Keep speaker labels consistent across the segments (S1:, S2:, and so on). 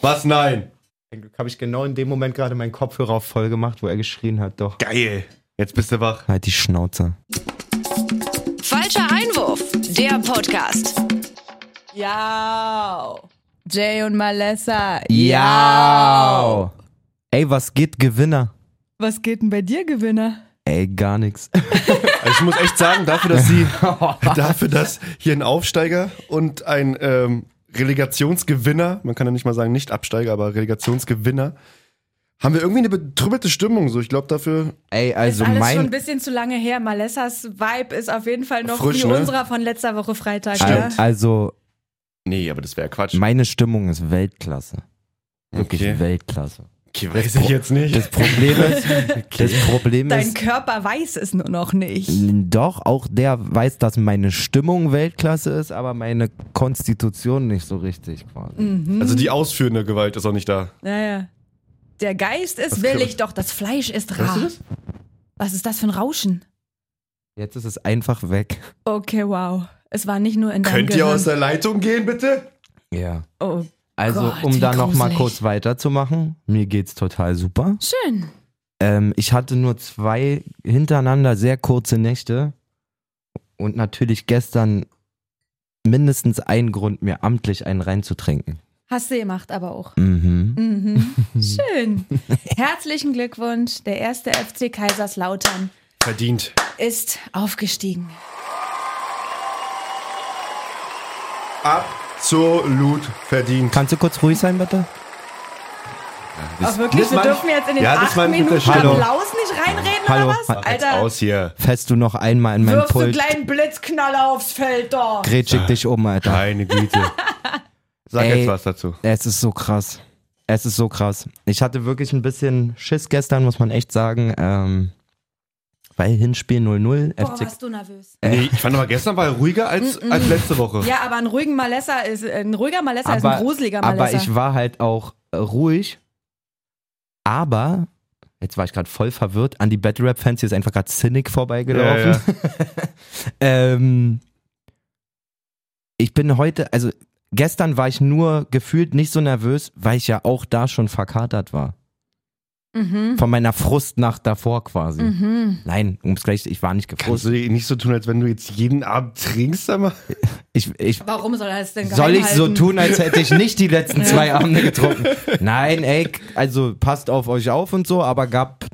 S1: Was nein?
S2: Ein Glück habe ich genau in dem Moment gerade meinen Kopfhörer auf voll gemacht, wo er geschrien hat, doch.
S1: Geil. Jetzt bist du wach.
S2: Halt die Schnauze.
S3: Falscher Einwurf, der Podcast.
S4: Ja. Jay und Malessa.
S2: Ja. Ey, was geht, Gewinner?
S4: Was geht denn bei dir, Gewinner?
S2: Ey, gar nix.
S1: Also ich muss echt sagen, dafür, dass sie, dafür, dass hier ein Aufsteiger und ein ähm, Relegationsgewinner, man kann ja nicht mal sagen nicht Absteiger, aber Relegationsgewinner, haben wir irgendwie eine betrübbelte Stimmung. So, ich glaube dafür,
S2: Ey, also
S4: ist alles schon ein
S2: mein.
S4: bisschen zu lange her. Malessas Vibe ist auf jeden Fall noch
S1: Frisch,
S4: wie
S1: ne?
S4: unserer von letzter Woche Freitag. Ja?
S1: Stimmt.
S2: Also,
S1: nee, aber das wäre Quatsch.
S2: meine Stimmung ist Weltklasse. Wirklich
S1: Okay.
S2: Weltklasse.
S1: Okay, weiß ich jetzt nicht.
S2: Das Problem ist, das Problem
S4: Dein
S2: ist,
S4: Körper weiß es nur noch nicht.
S2: Doch, auch der weiß, dass meine Stimmung Weltklasse ist, aber meine Konstitution nicht so richtig quasi.
S4: Mhm.
S1: Also die ausführende Gewalt ist auch nicht da.
S4: Naja. Der Geist ist
S1: Was
S4: willig,
S1: kribbelt?
S4: doch das Fleisch ist rar. Was ist das für ein Rauschen?
S2: Jetzt ist es einfach weg.
S4: Okay, wow. Es war nicht nur in deinem
S1: Könnt ihr
S4: Gehirn.
S1: aus der Leitung gehen, bitte?
S2: Ja.
S4: Oh,
S2: Also,
S4: Gott,
S2: um
S4: wie
S2: da nochmal
S4: gruselig.
S2: kurz weiterzumachen, mir geht's total super.
S4: schön.
S2: Ähm, ich hatte nur zwei hintereinander sehr kurze Nächte und natürlich gestern mindestens einen Grund, mir amtlich einen reinzutrinken.
S4: Hast du gemacht, aber auch.
S2: Mhm.
S4: Mhm. Schön. Herzlichen Glückwunsch. Der erste FC Kaiserslautern
S1: Verdient.
S4: ist aufgestiegen.
S1: Absolut verdient.
S2: Kannst du kurz ruhig sein, bitte?
S4: Auch wirklich, wir
S1: mein-
S4: dürfen jetzt in den
S1: Ja, das
S4: acht
S1: meine ich mit
S4: Minuten
S1: der Schallung.
S4: Applaus nicht reinreden
S2: Hallo.
S4: oder was?
S2: Hallo.
S4: Alter,
S1: Aus hier.
S2: Fällst du noch einmal in meinen
S4: wirf so einen
S2: Pult,
S4: kleinen Blitzknaller aufs Feld doch.
S2: grätschig dich um, Alter.
S1: Meine Güte. Sag
S2: Ey.
S1: jetzt was dazu.
S2: Es ist so krass. Es ist so krass. Ich hatte wirklich ein bisschen Schiss gestern, muss man echt sagen. Ähm, weil Hinspiel 0-0.
S4: Boah,
S2: FC,
S4: warst du nervös.
S2: Äh.
S1: Nee, ich fand aber gestern war er ruhiger als, als letzte Woche.
S4: Ja, aber ein ruhiger Malessa ist ein ruhiger Malessa ist
S2: aber,
S4: ein gruseliger Malessa.
S2: aber ich war halt auch äh, ruhig. Aber, jetzt war ich gerade voll verwirrt, an die Battle Rap-Fans, hier ist einfach gerade Cynic
S1: Ja,
S2: vorbeigelaufen. ähm, ich bin heute, also gestern war ich nur gefühlt nicht so nervös, weil ich ja auch da schon verkatert war.
S4: mhm.
S2: Von meiner Frustnacht davor quasi.
S4: Mhm.
S2: Nein, ums gleich, ich war nicht
S1: Kannst
S2: gefrust.
S1: du dir nicht so tun, als wenn du jetzt jeden Abend trinkst, sag mal?
S2: Ich, ich,
S4: Warum soll er es denn
S2: soll
S4: geheim
S2: ich so
S4: halten?
S2: tun, als hätte ich nicht die letzten zwei Abende getrunken? Nein, ey, also passt auf euch auf und so, aber gab,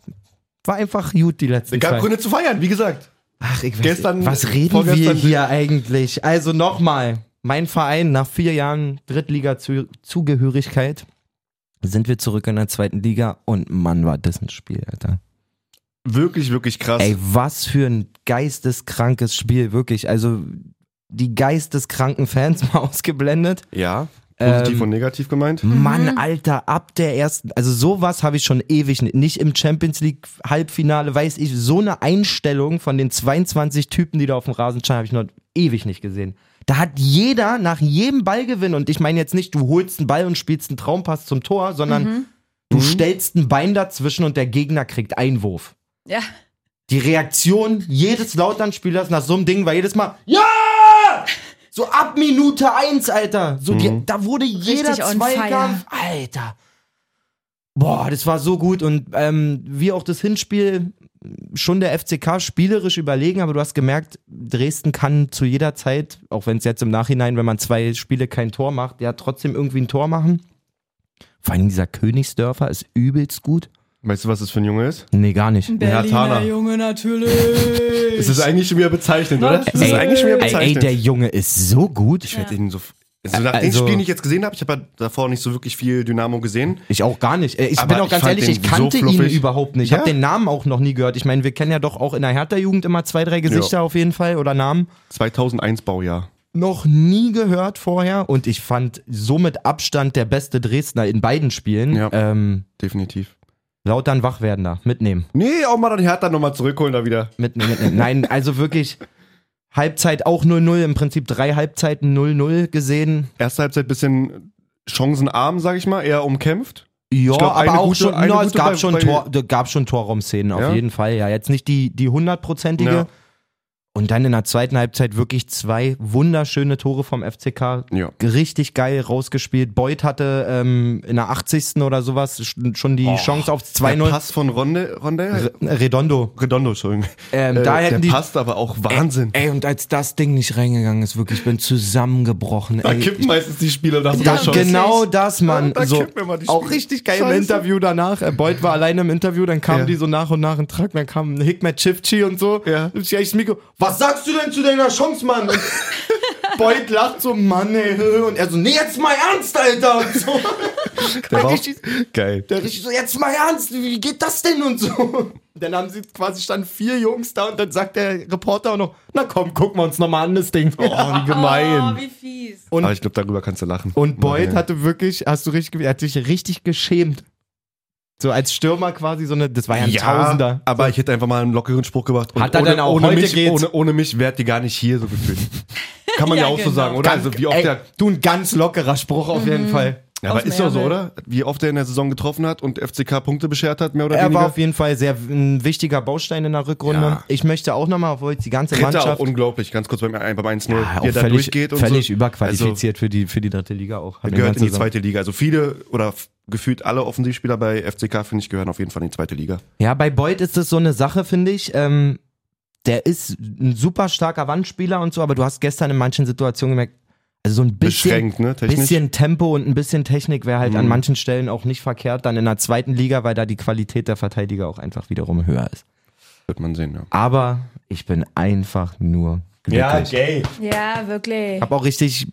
S2: war einfach gut die letzten
S1: Es gab
S2: zwei.
S1: Gründe zu feiern, wie gesagt.
S2: Ach, ich weiß,
S1: Gestern-
S2: was reden
S1: vorgestern-
S2: wir hier eigentlich? Also nochmal, mein Verein nach vier Jahren Drittliga-Zugehörigkeit sind wir zurück in der zweiten Liga und Mann, war das ein Spiel, Alter.
S1: Wirklich, wirklich krass.
S2: Ey, was für ein geisteskrankes Spiel, wirklich. Also die geisteskranken Fans mal ausgeblendet.
S1: Ja, positiv
S2: Ähm,
S1: und negativ gemeint.
S2: Mann, Alter, ab der ersten, also sowas habe ich schon ewig nicht. Nicht im Champions League Halbfinale, weiß ich, so eine Einstellung von den 22 Typen, die da auf dem Rasen stehen, habe ich noch ewig nicht gesehen. Da hat jeder nach jedem Ballgewinn, und ich meine jetzt nicht, du holst einen Ball und spielst einen Traumpass zum Tor, sondern du stellst ein Bein dazwischen und der Gegner kriegt Einwurf.
S4: Ja.
S2: Die Reaktion jedes Lautern-Spielers nach so einem Ding war jedes Mal, ja! So ab Minute eins, Alter. So die, da wurde jeder
S4: Richtig on
S2: Zweikampf, Alter. Boah, das war so gut. Und ähm, wie auch das Hinspiel, schon der FCK spielerisch überlegen, aber du hast gemerkt, Dresden kann zu jeder Zeit, auch wenn es jetzt im Nachhinein, wenn man zwei Spiele kein Tor macht, ja trotzdem irgendwie ein Tor machen. Vor allem dieser Königsdörfer ist übelst gut.
S1: Weißt du, was das für ein Junge ist?
S2: Nee, gar nicht.
S1: Berliner Tana.
S4: Junge natürlich.
S1: Es ist eigentlich schon wieder bezeichnend, oder? Es ist
S2: Ey,
S1: eigentlich schon wieder
S2: Ey, ey,
S1: bezeichnend.
S2: der Junge ist so gut. Ich,
S1: ich werde ihn so. Also nach den
S2: Also-
S1: Spielen, die ich jetzt gesehen habe, ich habe ja davor nicht so wirklich viel Dynamo gesehen.
S2: auch gar nicht. Äh, Ich
S1: Aber
S2: bin auch
S1: ich
S2: ganz
S1: fand
S2: ehrlich,
S1: den
S2: ich kannte
S1: so
S2: ihn
S1: fluffig.
S2: überhaupt nicht. Ich
S1: Ja.
S2: habe den Namen auch noch nie gehört. Ich meine, wir kennen ja doch auch in der Hertha-Jugend immer zwei, drei Gesichter auf jeden Fall oder Namen.
S1: 2001 Baujahr.
S2: Noch nie gehört vorher und ich fand somit Abstand der beste Dresdner in beiden Spielen.
S1: Ja.
S2: Ähm,
S1: Definitiv.
S2: Lautern Wachwerdender. Mitnehmen.
S1: Nee, auch mal dann Hertha nochmal zurückholen da wieder.
S2: Mitnehmen, mitnehmen. Nein, also wirklich. Halbzeit auch 0-0, im Prinzip drei Halbzeiten 0-0 gesehen.
S1: Erste Halbzeit bisschen chancenarm, sag ich mal, eher umkämpft.
S2: Ja,
S1: glaub, eine
S2: aber auch
S1: gute-
S2: schon,
S1: eine
S2: na, es
S1: gute
S2: gab
S1: bei-
S2: schon
S1: bei-
S2: Tor, da gab schon Torraumszenen auf
S1: Ja?
S2: jeden Fall. Ja, jetzt nicht die die hundertprozentige.
S1: Ja.
S2: Und dann in der zweiten Halbzeit wirklich zwei wunderschöne Tore vom FCK.
S1: Ja.
S2: Richtig geil rausgespielt. Beuth hatte ähm, in der 80. oder sowas sch- schon die Chance auf
S1: Der
S2: 2-0.
S1: Pass von Ronde, Ronde?
S2: Re- Redondo.
S1: Redondo, Entschuldigung. Äh,
S2: Ähm, da hätten
S1: der
S2: die-
S1: passt aber auch Wahnsinn.
S2: Ey, und als das Ding nicht reingegangen ist, wirklich, ich bin zusammengebrochen.
S1: da
S2: ey.
S1: kippen meistens die Spieler nach so
S2: Da,
S1: einer Chance.
S2: genau das, Mann.
S1: Da
S2: so,
S1: kippt mir mal die
S2: auch
S1: Spiel-
S2: richtig geil im
S1: Scheiße.
S2: Interview danach. Äh, Beuth war alleine im Interview, dann kamen
S1: Ja.
S2: die so nach und nach in Trakt, dann kam Hikmet Chifchi und so.
S1: Ja.
S2: Und ich echt Mikro, was sagst du denn zu deiner Chance, Mann? Und Beuth lacht so, Mann, ey. Und er so, nee, jetzt mal ernst, Alter. Und so.
S1: Der war
S2: richtig,
S1: auch geil.
S2: der richtig so, jetzt mal ernst, wie geht das denn und so. Dann haben sie quasi standen vier Jungs da und dann sagt der Reporter auch noch, na komm, gucken wir uns nochmal an, das Ding.
S1: Oh, wie gemein.
S4: Oh, wie fies.
S2: Und-
S1: aber ich glaube, darüber kannst du lachen.
S2: Und Beuth
S1: Nein.
S2: hatte wirklich, hast du richtig, ge- er hat sich richtig geschämt. So als Stürmer quasi so eine, das war ja ein Tausender.
S1: aber ich hätte einfach mal einen lockeren Spruch gemacht. Und
S2: Hat er
S1: ohne,
S2: denn auch
S1: ohne
S2: heute
S1: mich,
S2: geht's?
S1: Ohne, ohne mich wärt ihr gar nicht hier, so gefühlt. Kann man ja,
S4: Ja,
S1: auch so
S4: genau.
S1: sagen, oder? Also wie oft
S2: Ey,
S1: der,
S2: du ein ganz lockerer Spruch auf jeden Fall.
S1: ja, aber
S4: Auf
S1: ist doch so,
S4: Merkel.
S1: oder? Wie oft er in der Saison getroffen hat und FCK Punkte beschert hat, mehr oder
S2: Er war
S1: weniger.
S2: auf jeden Fall sehr ein wichtiger Baustein in der Rückrunde.
S1: Ja.
S2: Ich möchte auch nochmal, obwohl jetzt die ganze
S1: Ritter auch
S2: Mannschaft
S1: unglaublich, ganz kurz beim, beim 1-0,
S2: Ja,
S1: wie er da durchgeht und
S2: völlig
S1: so.
S2: überqualifiziert für, die, für die dritte Liga auch. Hat
S1: Also,
S2: mir
S1: gehört
S2: ganz
S1: in die
S2: gesagt.
S1: zweite Liga. Also viele oder f- gefühlt alle Offensivspieler bei FCK, finde ich, gehören auf jeden Fall in die zweite Liga.
S2: Ja, bei Beuth ist das so eine Sache, finde ich. Ähm, der ist ein super starker Wandspieler und so, aber du hast gestern in manchen Situationen gemerkt, also so ein bisschen,
S1: Beschränkt, ne? Technisch.
S2: bisschen Tempo und ein bisschen Technik wäre halt an
S1: Mhm.
S2: manchen Stellen auch nicht verkehrt, dann in der zweiten Liga, weil da die Qualität der Verteidiger auch einfach wiederum höher ist.
S1: Wird man sehen, ja.
S2: Aber ich bin einfach nur glücklich.
S1: gay.
S4: Ja, wirklich.
S2: Hab auch richtig.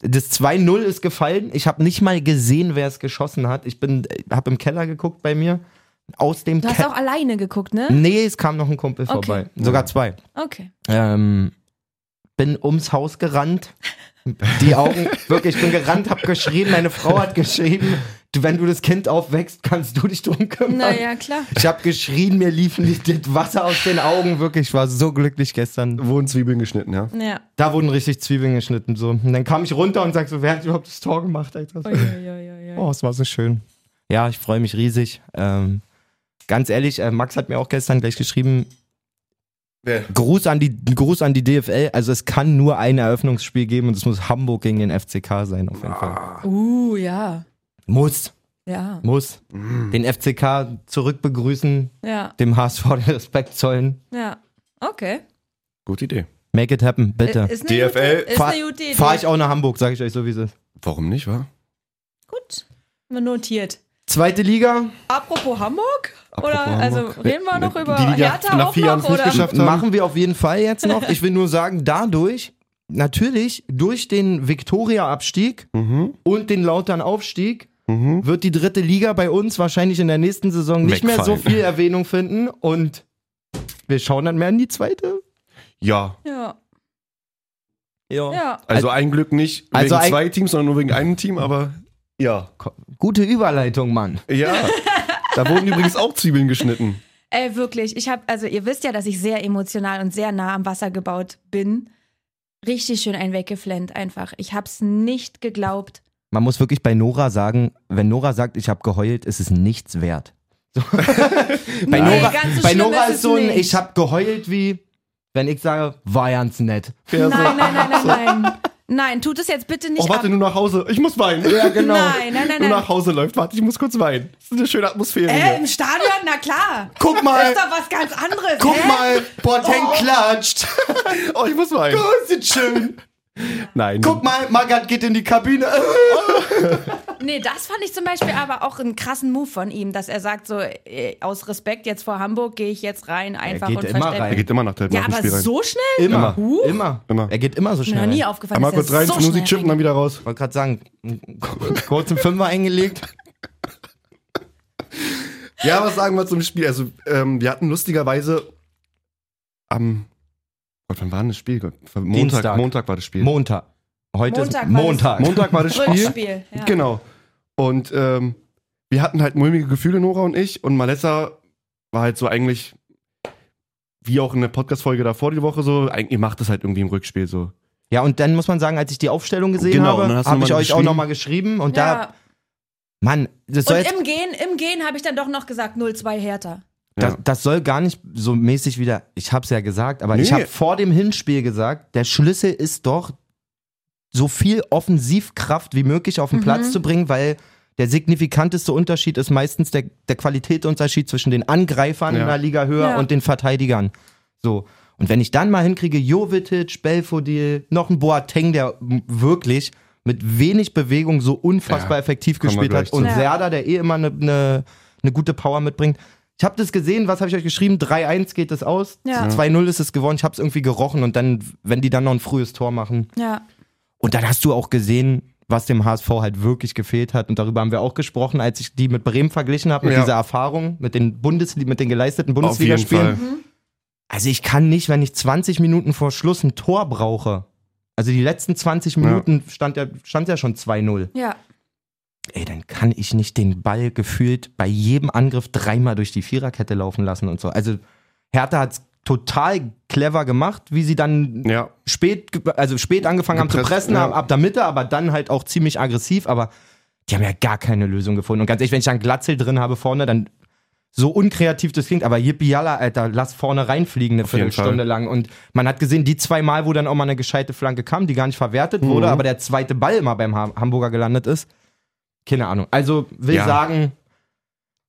S2: Das 2-0 ist gefallen. Ich habe nicht mal gesehen, wer es geschossen hat. Ich bin, habe im Keller geguckt bei mir. Aus dem
S4: Du hast
S2: Keller.
S4: auch alleine geguckt, ne?
S2: Nee, es kam noch ein Kumpel
S4: Okay.
S2: vorbei. Sogar zwei.
S4: Okay.
S2: Ähm, bin ums Haus gerannt. Die Augen, wirklich, ich bin gerannt, hab geschrieben, meine Frau hat geschrieben, du, wenn du das Kind aufwächst, kannst du dich drum kümmern.
S4: Naja, klar.
S2: Ich hab geschrien, mir liefen die, das Wasser aus den Augen, wirklich, ich war so glücklich gestern.
S1: Wurden Zwiebeln geschnitten, ja.
S4: Ja.
S2: Da wurden richtig Zwiebeln geschnitten, so. Und dann kam ich runter und sag so, wer hat überhaupt das Tor gemacht, Alter?
S4: Uiuiuiui.
S2: Oh, es war so schön. Ja, ich freue mich riesig. Ähm, ganz ehrlich, äh, Max hat mir auch gestern gleich geschrieben,
S1: Wer?
S2: Gruß an, die, Gruß an die DFL. Also es kann nur ein Eröffnungsspiel geben und es muss Hamburg gegen den FCK sein, auf jeden Fall.
S4: Uh, ja.
S2: Muss,
S4: Ja.
S2: muss. Den FCK zurück begrüßen,
S4: Ja.
S2: dem HSV den Respekt zollen.
S4: Ja. Okay.
S1: Gute Idee.
S2: Make it happen, bitte.
S4: Ist eine
S1: DFL
S4: Gute, ist
S2: Fahr-
S4: eine gute Idee.
S2: Fahre ich auch nach Hamburg, sage ich euch so, wie es ist.
S1: Warum nicht, wa?
S4: Gut. Mal Notiert.
S2: Zweite Liga,
S4: Apropos Hamburg? oder
S1: Apropos
S4: also
S1: Hamburg.
S4: reden wir noch
S1: Die,
S4: über
S1: die nach-
S4: Hertha
S1: nach
S4: auch
S1: vier Jahren
S4: noch
S1: es nicht
S4: oder?
S1: geschafft haben.
S2: machen wir auf jeden Fall jetzt noch. Ich will nur sagen, dadurch, natürlich, durch den Viktoria-Abstieg
S1: Mhm.
S2: und den Lautern-Aufstieg
S1: Mhm.
S2: wird die dritte Liga bei uns wahrscheinlich in der nächsten Saison nicht mehr so
S1: Wegfallen.
S2: viel Erwähnung finden und wir schauen dann mehr in die zweite.
S1: Ja.
S4: Ja. Ja.
S1: Also ein Glück nicht
S2: Also
S1: wegen
S2: ein-
S1: zwei Teams, sondern nur wegen einem Team, aber ja.
S2: Gute Überleitung, Mann.
S1: Ja. da wurden übrigens auch Zwiebeln geschnitten.
S4: Ey, wirklich. Ich habe, also ihr wisst ja, dass ich sehr emotional und sehr nah am Wasser gebaut bin. Richtig schön ein weggeflennt einfach. Ich hab's nicht geglaubt.
S2: Man muss wirklich bei Nora sagen, wenn Nora sagt, ich habe geheult, ist es nichts wert. So. bei
S4: Nee,
S2: Nora,
S4: ganz so
S2: bei
S4: schlimm
S2: Nora
S4: ist
S2: ist
S4: es
S2: so ein,
S4: nicht.
S2: ich habe geheult wie, wenn ich sage, war ganz nett.
S1: Ja, so.
S4: Nein, nein, nein, nein, nein. Nein, tut es jetzt bitte nicht
S1: Oh, warte,
S4: ab.
S1: nur nach Hause. Ich genau. muss weinen.
S4: Nein, nein, nein,
S1: Nur
S4: nein.
S1: nach Hause läuft. Warte, ich muss kurz weinen. Das ist eine schöne Atmosphäre.
S4: Äh,
S1: hier.
S4: im Stadion, na klar.
S2: Guck mal.
S4: Ist doch was ganz anderes. hä?
S2: mal, Boateng klatscht.
S1: Oh, ich muss weinen.
S2: Das ist schön.
S1: Nein.
S2: mal, Magat geht in die Kabine.
S4: Nee, das fand ich zum Beispiel aber auch einen krassen Move von ihm, dass er sagt so, äh, aus Respekt jetzt vor Hamburg gehe ich jetzt rein einfach
S2: geht
S4: und
S2: immer
S4: verstecke.
S2: rein.
S1: Er geht immer nach der
S4: Ja,
S1: nach dem
S4: aber
S1: Spiel rein.
S4: so schnell?
S2: Immer.
S4: Huh?
S2: Immer.
S1: Immer.
S2: Er geht immer so
S4: Ist mir
S2: schnell.
S4: noch nie
S2: rein.
S4: aufgefallen.
S1: Einmal
S4: dass
S1: kurz
S4: er
S1: rein,
S4: so
S1: Musik
S4: schnell
S1: chippen, dann
S4: reingeht.
S1: wieder raus.
S2: Wollte gerade sagen, einen kurzen Fünfer eingelegt.
S1: Ja, was sagen wir zum Spiel? Also, ähm, wir hatten lustigerweise am. Gott, wann war denn das Spiel? Gott, Montag,
S2: Dienstag.
S1: Montag war das Spiel.
S2: Montag. Heute
S4: Montag
S2: ist
S4: war das-
S2: Montag.
S1: Montag war das Spiel.
S4: Rückspiel. Ja.
S1: Genau. Und ähm, wir hatten halt mulmige Gefühle, Nora und ich. Und Malessa war halt so eigentlich, wie auch in der Podcast-Folge davor die Woche, so, eigentlich, ihr macht das halt irgendwie im Rückspiel so.
S2: Ja, und dann muss man sagen, als ich die Aufstellung gesehen
S1: Genau, und dann
S2: habe,
S1: hast du
S2: habe
S1: noch
S2: ich
S1: mal
S2: euch auch
S1: geschrieben.
S2: nochmal geschrieben und da,
S4: Ja.
S2: Mann, das soll
S4: Und
S2: jetzt,
S4: im Gehen, im Gehen habe ich dann doch noch gesagt 0-2 Hertha.
S2: Das,
S1: Ja.
S2: das soll gar nicht so mäßig wieder, ich hab's ja gesagt, aber ich
S1: Nee.
S2: habe vor dem Hinspiel gesagt, der Schlüssel ist doch, so viel Offensivkraft wie möglich auf den
S4: Mhm.
S2: Platz zu bringen, weil der signifikanteste Unterschied ist meistens der, der Qualitätsunterschied zwischen den Angreifern
S1: Ja.
S2: in der Liga höher
S4: Ja.
S2: und den Verteidigern. So. Und wenn ich dann mal hinkriege, Jovetic, Belfodil, noch ein Boateng, der m- wirklich mit wenig Bewegung so unfassbar
S1: Ja,
S2: effektiv
S1: kommen wir
S2: gespielt hat
S1: gleich zu.
S2: und
S4: Ja.
S2: Serda, der eh immer eine ne, ne gute Power mitbringt. Ich habe das gesehen, was habe ich euch geschrieben? 3-1 geht es aus,
S4: Ja. Ja.
S2: 2-0 ist es gewonnen, ich habe es irgendwie gerochen und dann, wenn die dann noch ein frühes Tor machen,
S4: Ja.
S2: und dann hast du auch gesehen, was dem HSV halt wirklich gefehlt hat. Und darüber haben wir auch gesprochen, als ich die mit Bremen verglichen habe, mit
S1: Ja.
S2: dieser Erfahrung, mit den, Bundesli mit den geleisteten
S1: Auf jeden Fall.
S2: Bundesligaspielen. Also ich kann nicht, wenn ich 20 Minuten vor Schluss ein Tor brauche. Also die letzten 20 Minuten stand, ja, stand ja schon 2-0.
S4: Ja.
S2: Ey, dann kann ich nicht den Ball gefühlt bei jedem Angriff dreimal durch die Viererkette laufen lassen und so. Also Hertha hat's total clever gemacht, wie sie dann
S1: Ja,
S2: spät, ge- also spät angefangen haben zu
S1: Gepresst,
S2: pressen,
S1: ja.
S2: ab, ab der Mitte, aber dann halt auch ziemlich aggressiv, aber die haben ja gar keine Lösung gefunden. Und ganz ehrlich, wenn ich dann Glatzel drin habe vorne, dann so unkreativ das klingt, aber Yippie-Yalla, Alter, lass vorne reinfliegen eine
S1: jeden
S2: Viertelstunde
S1: Fall.
S2: lang. Und man hat gesehen, die zwei Mal, wo dann auch mal eine gescheite Flanke kam, die gar nicht verwertet
S1: Mhm.
S2: wurde, aber der zweite Ball immer beim Ha- Hamburger gelandet ist. Keine Ahnung. Also will
S1: Ja.
S2: sagen,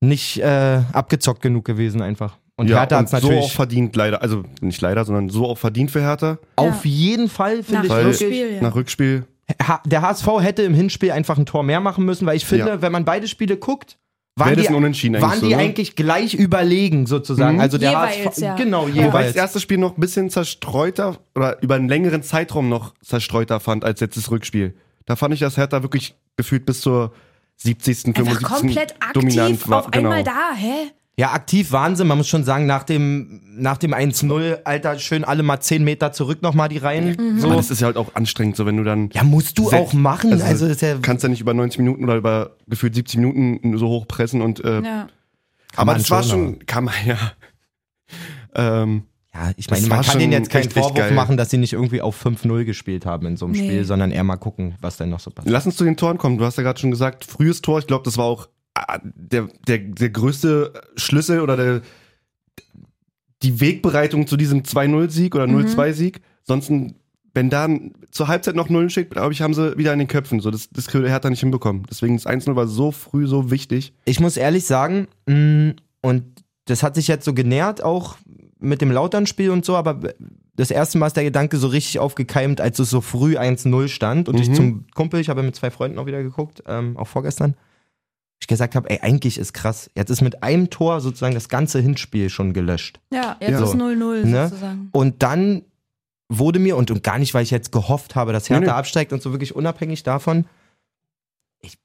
S2: nicht äh, abgezockt genug gewesen einfach. Und
S1: ja
S2: Hertha
S1: und
S2: hat's
S1: so auch
S2: natürlich
S1: verdient, leider. Also nicht leider, sondern so auch verdient für Hertha.
S2: auf jeden Fall, finde ich
S4: Nach
S1: Weil-
S4: dem
S2: wirklich.
S4: Spiel, ja.
S1: Nach Rückspiel.
S2: Ha der HSV hätte im Hinspiel einfach ein Tor mehr machen müssen, weil ich finde,
S1: Ja.
S2: wenn man beide Spiele guckt,
S1: Wäre
S2: waren
S1: das
S2: die,
S1: ein Unentschieden eigentlich
S2: waren
S1: so,
S2: die
S1: ne?
S2: eigentlich gleich überlegen sozusagen. Also der
S4: Jeweils,
S2: HSV,
S4: ja.
S2: genau
S1: Wobei ich
S4: Ja.
S2: jeweils.
S1: das erste Spiel noch ein bisschen zerstreuter oder über einen längeren Zeitraum noch zerstreuter fand als jetzt das Rückspiel. Da fand ich, dass Hertha wirklich gefühlt bis zur 70.,
S4: Einfach
S1: 75.
S4: Also komplett aktiv
S1: dominant war.
S4: auf einmal
S1: genau.
S4: da, hä?
S2: Ja, aktiv Wahnsinn. Man muss schon sagen, nach dem, nach dem 1-0, Alter, schön alle mal 10 Meter zurück nochmal die Reihen.
S1: Aber
S2: So.
S1: das ist ja halt auch anstrengend, so wenn du dann.
S2: Ja, musst du
S1: Sehr-
S2: auch machen. Also, das ist ja,
S1: kannst ja nicht über 90 Minuten oder über gefühlt 70 Minuten so hoch pressen und. Äh,
S4: Ja.
S1: aber
S2: man
S1: das war
S2: schon,
S1: schon, kann man ja. Ähm,
S2: ja, ich
S1: das
S2: meine, man
S1: war
S2: kann
S1: schon
S2: denen jetzt keinen
S1: richtig
S2: Vorwurf
S1: geil.
S2: machen, dass sie nicht irgendwie auf 5-0 gespielt haben in so einem
S4: Nee.
S2: Spiel, sondern eher mal gucken, was denn noch so passiert.
S1: Lass uns zu den Toren kommen. Du hast ja gerade schon gesagt, frühes Tor, ich glaube, das war auch ah, der, der, der größte Schlüssel oder der, die Wegbereitung zu diesem 2-0-Sieg oder 0-2-Sieg. Sonst, wenn da ein- zur Halbzeit noch Nullen steht, glaube ich, haben sie wieder in den Köpfen. So, das, das könnte Hertha nicht hinbekommen. Deswegen das 1-0 war so früh so wichtig.
S2: ich muss ehrlich sagen, mh, und das hat sich jetzt so genährt, auch mit dem Lautern-Spiel und so, aber das erste Mal ist der Gedanke so richtig aufgekeimt, als es so früh 1-0 stand und ich
S1: Mhm.
S2: zum Kumpel, ich habe mit zwei Freunden auch wieder geguckt, ähm, auch vorgestern, ich gesagt habe, ey, eigentlich ist krass, jetzt ist mit einem Tor sozusagen das ganze Hinspiel schon gelöscht.
S4: Ja, jetzt
S1: Ja.
S4: ist 0-0
S2: Ne?
S4: sozusagen.
S1: Mhm.
S2: Und dann wurde mir, und, und gar nicht, weil ich jetzt gehofft habe, dass Hertha
S1: Nee, nee.
S2: absteigt und so wirklich unabhängig davon, ich,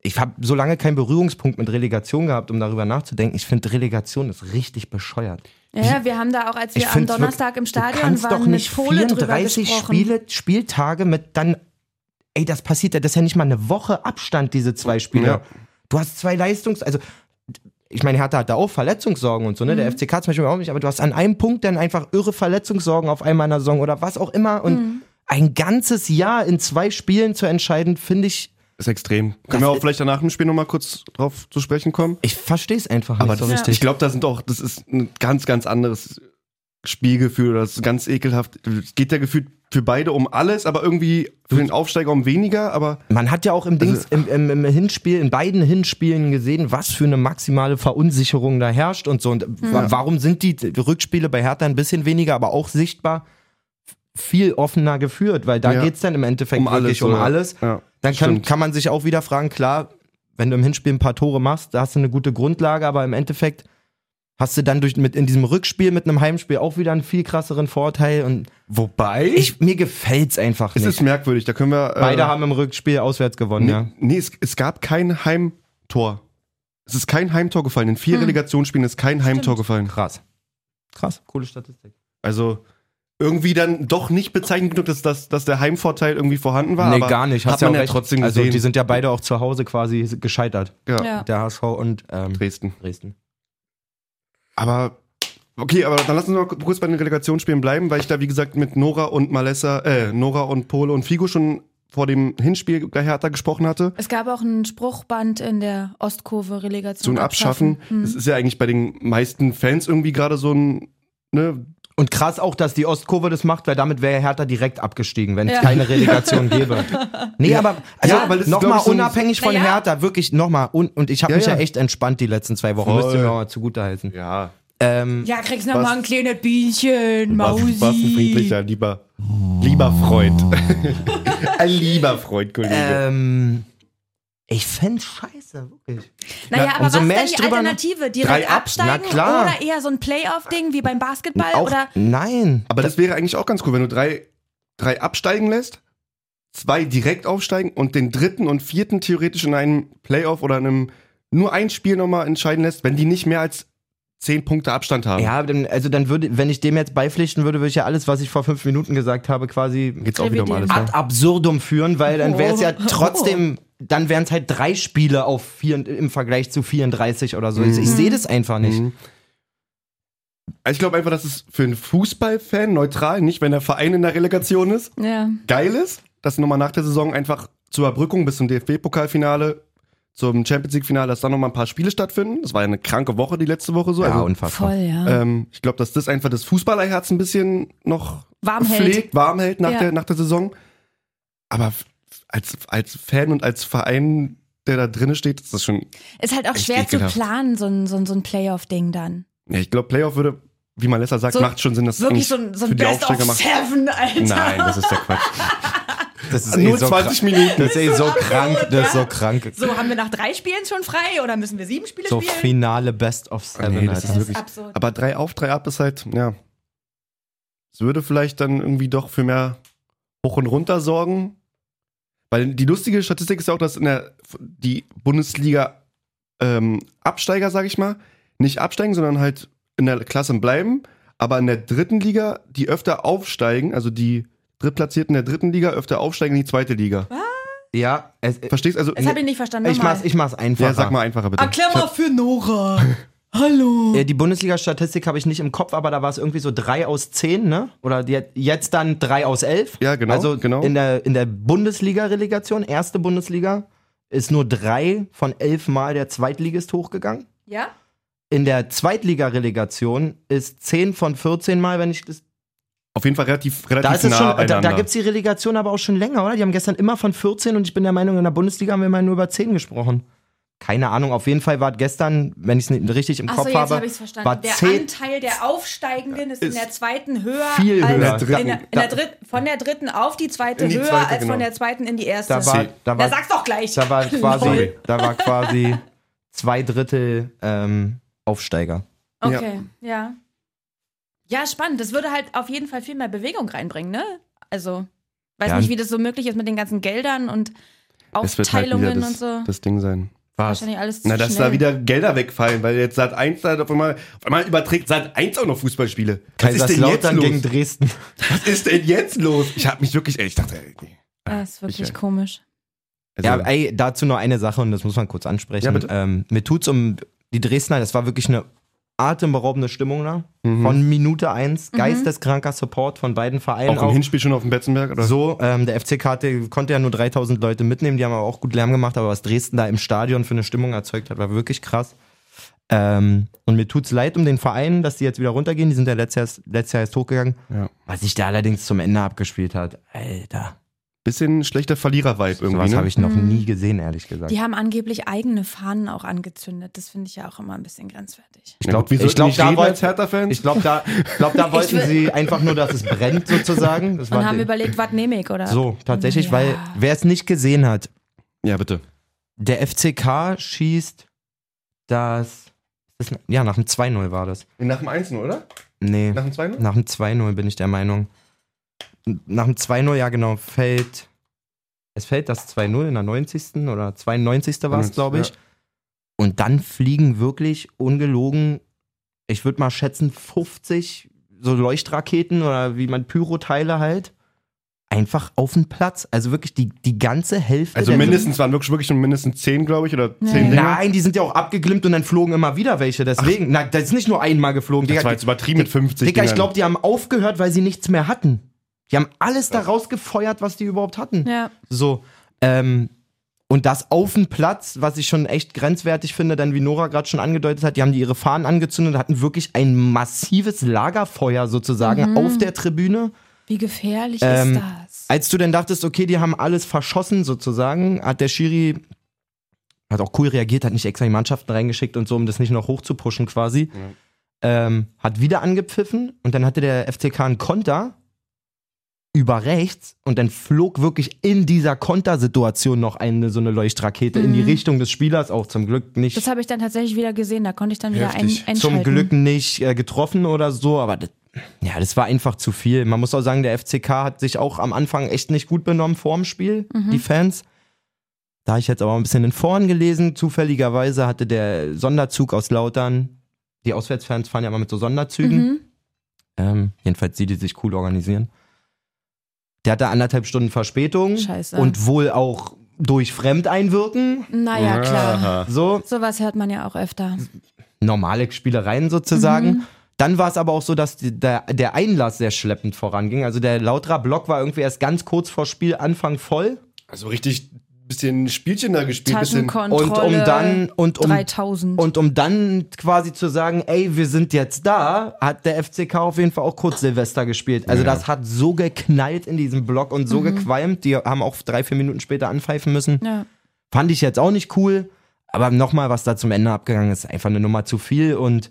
S2: ich habe so lange keinen Berührungspunkt mit Relegation gehabt, um darüber nachzudenken. Ich finde, Relegation ist richtig bescheuert.
S4: Ja, ja, wir haben da auch, als
S2: Ich
S4: wir am
S2: find's wirklich-
S4: Donnerstag im
S2: du
S4: Stadion
S2: kannst
S4: waren,
S2: doch nicht
S4: mit Pole drüber
S2: 34
S4: gesprochen.
S2: Spiele, Spieltage mit dann, ey, das passiert ja, das ist ja nicht mal eine Woche Abstand, diese zwei Spiele.
S1: Ja.
S2: Du hast zwei Leistungs-, also ich meine, Hertha hat da auch Verletzungssorgen und so, ne?
S4: Mhm.
S2: Der FCK zum Beispiel auch nicht, aber du hast an einem Punkt dann einfach irre Verletzungssorgen auf einmal in der Saison oder was auch immer und
S4: Mhm.
S2: ein ganzes Jahr in zwei Spielen zu entscheiden, finde ich,
S1: Ist extrem. Können wir auch vielleicht danach im Spiel nochmal kurz drauf zu sprechen kommen?
S2: ich verstehe es einfach
S1: Aber
S2: nicht so
S1: das,
S2: richtig.
S1: ich glaube, da sind auch, das ist ein ganz, ganz anderes Spielgefühl. Das ist ganz ekelhaft. Es geht ja gefühlt für beide um alles, aber irgendwie für den Aufsteiger um weniger. Aber
S2: Man hat ja auch im,
S1: Also-
S2: Dings, im, im, im Hinspiel, in beiden Hinspielen gesehen, was für eine maximale Verunsicherung da herrscht und so. Und wa- warum sind die Rückspiele bei Hertha ein bisschen weniger, aber auch sichtbar viel offener geführt? Weil da
S1: Ja.
S2: geht's dann im Endeffekt
S1: um alles.
S2: wirklich um
S1: oder?
S2: alles.
S1: Ja,
S2: Dann kann,
S1: stimmt.
S2: kann man sich auch wieder fragen, klar, wenn du im Hinspiel ein paar Tore machst, da hast du eine gute Grundlage, aber im Endeffekt hast du dann durch, mit, in diesem Rückspiel mit einem Heimspiel auch wieder einen viel krasseren Vorteil. Und
S1: Wobei,
S2: ich, mir gefällt's einfach
S1: es
S2: nicht.
S1: ist merkwürdig. Da können wir. äh,
S2: Beide haben im Rückspiel auswärts gewonnen,
S1: Nee,
S2: ja.
S1: nee es, es gab kein Heimtor. Es ist kein Heimtor gefallen. In vier Relegationsspielen ist kein Heimtor gefallen.
S2: Krass. Krass, coole Statistik.
S1: Also irgendwie dann doch nicht bezeichnend genug, dass, dass, dass der Heimvorteil irgendwie vorhanden war.
S2: nee,
S1: aber
S2: gar nicht.
S1: hat
S2: Hast
S1: man
S2: ja,
S1: ja,
S2: auch recht.
S1: trotzdem
S2: also,
S1: gesehen.
S2: die sind ja beide auch zu Hause quasi gescheitert.
S1: ja,
S4: Ja.
S2: Der HSV und ähm,
S1: Dresden.
S2: Dresden.
S1: Aber okay, aber dann lass uns noch kurz bei den Relegationsspielen bleiben, weil ich da wie gesagt mit Nora und Malessa, äh, Nora und Pole und Figo schon vor dem Hinspiel bei Hertha gesprochen hatte.
S4: Es gab auch ein Spruchband in der Ostkurve Relegation.
S1: So ein Abschaffen. Mhm. Das ist ja eigentlich bei den meisten Fans irgendwie gerade so ein, ne,
S2: Und krass auch, dass die Ostkurve das macht, weil damit wäre Hertha direkt abgestiegen, wenn es
S4: Ja.
S2: keine Relegation gäbe. Nee, aber also
S1: Ja, weil es ist, glaub
S2: nochmal
S1: ich, so ein-
S2: unabhängig von
S4: Naja.
S2: Hertha, wirklich nochmal. Un und ich habe
S1: Ja,
S2: mich ja.
S1: ja.
S2: echt entspannt die letzten zwei Wochen,
S1: Voll.
S2: müsst ihr mir mal zugutheißen.
S1: ja,
S2: Ähm,
S4: Ja, kriegst
S1: Was-
S4: nochmal ein kleines Bienchen, Mausi.
S1: was, was ein friedlicher, lieber, lieber Freund. ein lieber Freund, Kollege.
S2: ähm, ich fände scheiße, wirklich.
S4: Naja,
S2: Na,
S4: aber was
S2: umso
S4: ist
S2: mehr
S4: denn
S2: ich
S4: die
S2: drüber-
S4: Alternative? Direkt
S1: Drei Up?
S4: absteigen
S2: Na klar.
S4: oder eher so ein Playoff-Ding wie beim Basketball?
S2: Auch,
S4: Äh, oder
S2: nein.
S1: Aber das wäre eigentlich auch ganz cool, wenn du drei, drei absteigen lässt, zwei direkt aufsteigen und den dritten und vierten theoretisch in einem Playoff oder in einem nur ein Spiel nochmal entscheiden lässt, wenn die nicht mehr als zehn Punkte Abstand haben.
S2: Ja, dann, also dann würde, wenn ich dem jetzt beipflichten würde, würde ich ja alles, was ich vor fünf Minuten gesagt habe, quasi
S1: Geht's auch wieder um alles. Ne?
S2: ad absurdum führen, weil dann wäre es ja
S4: Oh.
S2: trotzdem, dann wären es halt drei Spiele auf vier, im Vergleich zu 34 oder so. Ich, ich sehe das einfach nicht.
S1: Mhm. Also Ich glaube einfach, dass es für einen Fußballfan neutral, nicht wenn der Verein in der Relegation ist,
S4: ja.
S1: geil ist, dass nochmal nach der Saison einfach zur Überbrückung bis zum DFB-Pokalfinale, zum Champions League-Finale, dass dann nochmal ein paar Spiele stattfinden. Das war ja eine kranke Woche, die letzte Woche so.
S2: Ja,
S1: also,
S2: unfassbar.
S4: voll, ja.
S1: ähm, ich glaube, dass das einfach das Fußballerherz ein bisschen noch
S4: Warm hält.
S1: pflegt, warm hält nach,
S4: Ja.
S1: der, nach der Saison. Aber f- als, als Fan und als Verein, der da drinne steht, ist das schon.
S4: Ist halt auch
S1: Echt
S4: schwer
S1: ekelhaft.
S4: zu planen, so ein, so ein, so ein Playoff-Ding dann.
S1: Ja, ich glaube, Playoff würde, wie man Lesser sagt,
S4: So-
S1: macht schon Sinn, dass
S4: Wirklich
S1: eigentlich
S4: so ein, so ein
S1: für die
S4: Best of
S1: Aufsteiger macht.
S4: Seven, Alter.
S1: Nein, das ist der Quatsch.
S2: Das
S4: Äh,
S2: ist
S1: Nur
S2: krank.
S1: 20 Minuten.
S2: Das ist eh so krank, das ist so
S4: ja.
S2: krank.
S4: So, haben wir nach drei Spielen schon frei oder müssen wir sieben Spiele
S2: So
S4: spielen?
S2: finale Best of Seven.
S1: Nee, das
S2: Alter.
S1: ist wirklich.
S4: absurd.
S1: Aber drei auf, drei ab ist halt, ja. Es würde vielleicht dann irgendwie doch für mehr hoch und runter sorgen. Weil die lustige Statistik ist ja auch, dass in der die Bundesliga ähm, Absteiger, sag ich mal, nicht absteigen, sondern halt in der Klasse bleiben. Aber in der dritten Liga, die öfter aufsteigen, also die Drittplatzierten der dritten Liga öfter aufsteigen in die zweite Liga.
S2: ja, es, ich,
S1: Verstehst also?
S4: Das habe ich Ah, nicht verstanden.
S2: ich, mach's,
S4: Nochmal.
S2: ich mach's einfacher.
S1: ja, sag mal einfacher bitte.
S4: Erklär mal für Nora. Hallo.
S2: Äh,
S1: Hm.
S2: Die Bundesliga-Statistik habe ich nicht im Kopf, aber da war es irgendwie so 3 aus 10, ne? Oder die, jetzt dann 3 aus 11.
S1: Ja, genau,
S2: Also
S1: genau.
S2: in der, in der Bundesliga-Relegation, erste Bundesliga, ist nur 3 von 11 Mal der Zweitligist hochgegangen.
S4: Ja?
S2: In der Zweitliga-Relegation ist 10 von 14 Mal, wenn ich das.
S1: Auf jeden Fall relativ, relativ
S2: Da, ist es
S1: nah
S2: schon, da,
S1: beieinander.
S2: da gibt es die Relegation aber auch schon länger, oder? Die haben gestern immer von 14 und ich bin der Meinung, in der Bundesliga haben wir mal nur über 10 gesprochen. Keine Ahnung, auf jeden Fall war es gestern, wenn ich es nicht richtig im
S4: Achso,
S2: Kopf
S4: jetzt
S2: habe.
S4: habe ich es
S2: war
S4: verstanden. Der
S2: 10
S4: Anteil der Aufsteigenden ist, in
S1: Ist
S4: der zweiten höher
S2: viel höher.
S4: als In
S1: In der
S4: der, in
S1: dritten.
S4: der dritten, von der dritten auf die zweite
S1: In die
S4: höher
S1: zweite,
S4: als von
S1: genau.
S4: der zweiten in die erste.
S2: Da war,
S1: Sie-
S2: da
S4: Na,
S2: war,
S4: sag's doch gleich.
S2: da war quasi,
S4: Lol.
S2: da war quasi zwei Drittel ähm, Aufsteiger.
S4: Okay, ja. Ja, spannend. Das würde halt auf jeden Fall viel mehr Bewegung reinbringen, ne? Also, weiß
S2: Ja.
S4: nicht, wie das so möglich ist mit den ganzen Geldern und
S1: das wird halt wieder
S4: Aufteilungen
S1: das,
S4: und so.
S1: das Ding sein.
S4: Wahrscheinlich alles zu
S1: Na, dass
S4: schnell.
S1: da wieder Gelder wegfallen, weil jetzt Sat 1 da auf einmal, auf einmal überträgt Sat 1 auch noch Fußballspiele. Was ist denn jetzt
S2: Kaiserslautern
S1: los?
S2: gegen Dresden.
S1: Was ist denn jetzt los? Ich habe mich wirklich, ey, ich dachte, ey, nee.
S4: Ja, ist wirklich
S1: Ich-
S4: komisch.
S1: Also,
S2: Ja, ey, dazu nur eine Sache und das muss man kurz ansprechen.
S1: Ja, bitte.
S2: Ähm, mir tut's um die Dresdner, das war wirklich eine atemberaubende Stimmung da.
S1: Mhm.
S2: Von Minute eins geisteskranker Support von beiden Vereinen.
S1: auch im Hinspiel schon auf dem Betzenberg oder
S2: So, ähm, der FCK hatte- konnte ja nur 3000 Leute mitnehmen, die haben aber auch gut Lärm gemacht, aber was Dresden da im Stadion für eine Stimmung erzeugt hat, war wirklich krass. Ähm, und mir tut's leid um den Verein, dass die jetzt wieder runtergehen, die sind ja letztes Jahr, erst- letztes Jahr erst hochgegangen.
S1: Ja.
S2: Was sich da allerdings zum Ende abgespielt hat, Alter,
S1: Bisschen schlechter Verlierer-Vibe irgendwie.
S2: sowas
S1: Ne?
S2: habe ich noch
S4: Mhm.
S2: nie gesehen, ehrlich gesagt.
S4: Die haben angeblich eigene Fahnen auch angezündet. Das finde ich ja auch immer ein bisschen grenzwertig.
S2: Ich
S1: Na
S2: glaube,
S1: gut, wir sollten
S2: glaub,
S1: nicht
S2: da,
S1: reden
S2: wollt-
S1: als Hertha-Fans.
S2: ich glaub, da, ich glaub, da wollten
S4: will-
S2: sie einfach nur, dass es brennt, sozusagen. Das
S4: Und
S2: war
S4: haben
S2: die-
S4: überlegt, was nehme ich, oder?
S2: so, tatsächlich,
S4: Ja.
S2: weil wer es nicht gesehen hat,
S1: Ja, bitte.
S2: Der FCK schießt das. das ist, ja, nach dem 2-0 war das.
S1: Nach dem 1 oder?
S2: Nee,
S1: Nach dem 2
S2: nach dem 2-0 bin ich der Meinung. Nach dem 2-0, ja genau, fällt. Es fällt das 2-0 in der 90. oder 92. war es, glaube ich.
S1: Ja.
S2: Und dann fliegen wirklich ungelogen, ich würde mal schätzen, 50 so Leuchtraketen oder wie man Pyroteile halt, einfach auf den Platz. Also wirklich die, die ganze Hälfte.
S1: Also
S2: der-
S1: mindestens, waren wirklich, wirklich schon mindestens 10, glaube ich, oder 10 Dinge.
S2: Nein, die sind ja auch abgeglimmt und dann flogen immer wieder welche. Deswegen, na, das ist nicht nur einmal geflogen.
S1: Das war
S2: Digga,
S1: jetzt übertrieben mit 50
S2: Digga ich
S1: Dingern.
S2: glaube, die haben aufgehört, weil sie nichts mehr hatten. Die haben alles da rausgefeuert, was die überhaupt hatten.
S4: Ja.
S2: So. Ähm, und das auf dem Platz, was ich schon echt grenzwertig finde, dann wie Nora gerade schon angedeutet hat, die haben die ihre Fahnen angezündet, hatten wirklich ein massives Lagerfeuer sozusagen auf der Tribüne.
S4: Wie gefährlich
S2: Ähm,
S4: ist das?
S2: Als du dann dachtest, okay, die haben alles verschossen sozusagen, hat der Schiri hat auch cool reagiert, hat nicht extra die Mannschaften reingeschickt und so, um das nicht noch hochzupuschen quasi. Ähm, hat wieder angepfiffen und dann hatte der FCK einen Konter über rechts und dann flog wirklich in dieser Kontersituation noch eine so eine Leuchtrakete in die Richtung des Spielers auch zum Glück nicht
S4: Das habe ich dann tatsächlich wieder gesehen, da konnte ich dann wieder ein,
S1: Heftig.
S4: einschalten.
S2: zum Glück nicht äh, getroffen oder so, aber das, ja, das war einfach zu viel. Man muss auch sagen, der FCK hat sich auch am Anfang echt nicht gut benommen vorm Spiel,
S4: Mhm.
S2: die Fans. Da ich jetzt aber ein bisschen in Foren gelesen, zufälligerweise hatte der Sonderzug aus Lautern, die Auswärtsfans fahren ja immer mit so Sonderzügen,
S4: Mhm.
S2: ähm, jedenfalls die, die sich cool organisieren. Der hatte anderthalb Stunden Verspätung
S4: Scheiße.
S2: und wohl auch durch Fremdeinwirken.
S4: Naja, Ah, klar.
S1: Aha.
S2: So,
S4: Sowas hört man ja auch öfter.
S2: normale Spielereien sozusagen. Dann war es aber auch so, dass die, der, der Einlass sehr schleppend voranging. Also der Lauterer Block war irgendwie erst ganz kurz vor Spielanfang voll.
S1: Also richtig bisschen Spielchen da gespielt. Bisschen,
S4: Taschenkontrolle.
S2: Und um dann und um,
S4: 3000.
S2: und um dann quasi zu sagen, ey, wir sind jetzt da, hat der FCK auf jeden Fall auch kurz Silvester gespielt. Also das hat so geknallt in diesem Block und so gequalmt. Die haben auch drei, vier Minuten später anpfeifen müssen.
S4: ja.
S2: Fand ich jetzt auch nicht cool. Aber nochmal, was da zum Ende abgegangen ist, einfach eine Nummer zu viel und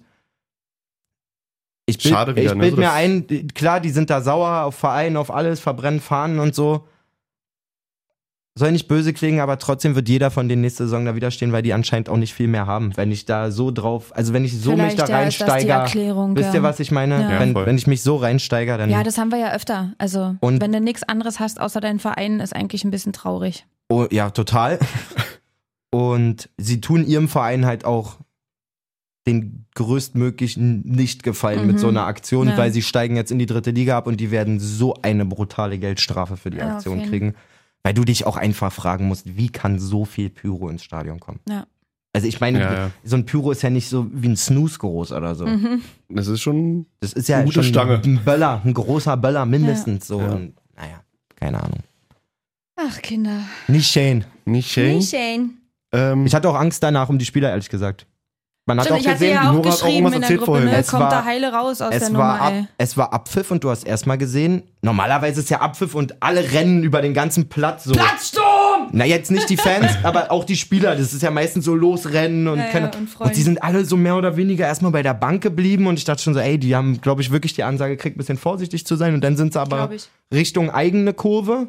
S2: ich bild,
S1: Schade wieder,
S2: ich
S1: ne?
S2: bild
S1: So
S2: mir
S1: das-
S2: ein, die- klar, die sind da sauer auf Verein, auf alles, verbrennen Fahnen und so. Soll nicht böse klingen, aber trotzdem wird jeder von denen nächste Saison da wieder stehen, weil die anscheinend auch nicht viel mehr haben. Wenn ich da so drauf, also wenn ich so
S4: Vielleicht
S2: mich da
S4: ja, ist das die
S2: reinsteige,
S4: Erklärung,
S2: wisst
S4: ja.
S2: ihr, was ich meine?
S4: Ja.
S1: Ja,
S2: wenn,
S1: voll.
S2: wenn ich mich so reinsteige, dann
S4: ja, das haben wir ja öfter. Also,
S2: Und-
S4: wenn du nichts anderes hast außer deinen Verein, ist eigentlich ein bisschen traurig.
S2: Oh, ja, total. Und sie tun ihrem Verein halt auch den größtmöglichen Nicht-Gefallen mit so einer Aktion,
S4: Mhm. Ja.
S2: weil sie steigen jetzt in die dritte Liga ab und die werden so eine brutale Geldstrafe für die
S4: Ja, auf
S2: Aktion
S4: jeden.
S2: kriegen. Weil du dich auch einfach fragen musst, wie kann so viel Pyro ins Stadion kommen?
S4: Ja.
S2: Also ich meine,
S1: Ja, ja.
S2: so ein Pyro ist ja nicht so wie ein Snooze groß oder
S4: Mhm.
S2: so.
S1: Das ist schon.
S2: Das ist ja
S1: Eine gute
S2: schon
S1: Stange.
S2: ein Böller, ein großer Böller mindestens so.
S1: Ja.
S2: Und, naja, keine Ahnung.
S4: Ach, Kinder.
S2: Nicht Shane.
S1: Nicht schön.
S4: Nicht Shane.
S1: Ähm,
S2: Ich hatte auch Angst danach um die Spieler, ehrlich gesagt. Man hat
S4: Stimmt,
S2: auch
S4: ich hatte
S2: gesehen,
S4: ja auch
S1: Nora hat auch
S4: geschrieben
S1: irgendwas
S4: in der
S1: erzählt
S4: Gruppe,
S1: vorhin.
S4: ne?
S2: Es
S4: kommt
S2: war-
S4: da heile raus aus der
S2: es,
S4: Nummer,
S2: war ab,
S4: ey.
S2: es war Abpfiff und du hast erstmal gesehen, normalerweise ist ja Abpfiff und alle rennen über den ganzen Platz so.
S4: Platzsturm!
S2: Na, jetzt nicht die Fans, aber auch die Spieler. Das ist ja meistens so losrennen und,
S4: Ja, ja,
S2: keine,
S4: und
S2: und,
S4: freuen.
S2: die sind alle so mehr oder weniger erstmal bei der Bank geblieben und ich dachte schon so, ey, die haben, glaube ich, wirklich die Ansage gekriegt, ein bisschen vorsichtig zu sein und dann sind sie aber
S4: Glaub ich.
S2: Richtung eigene Kurve.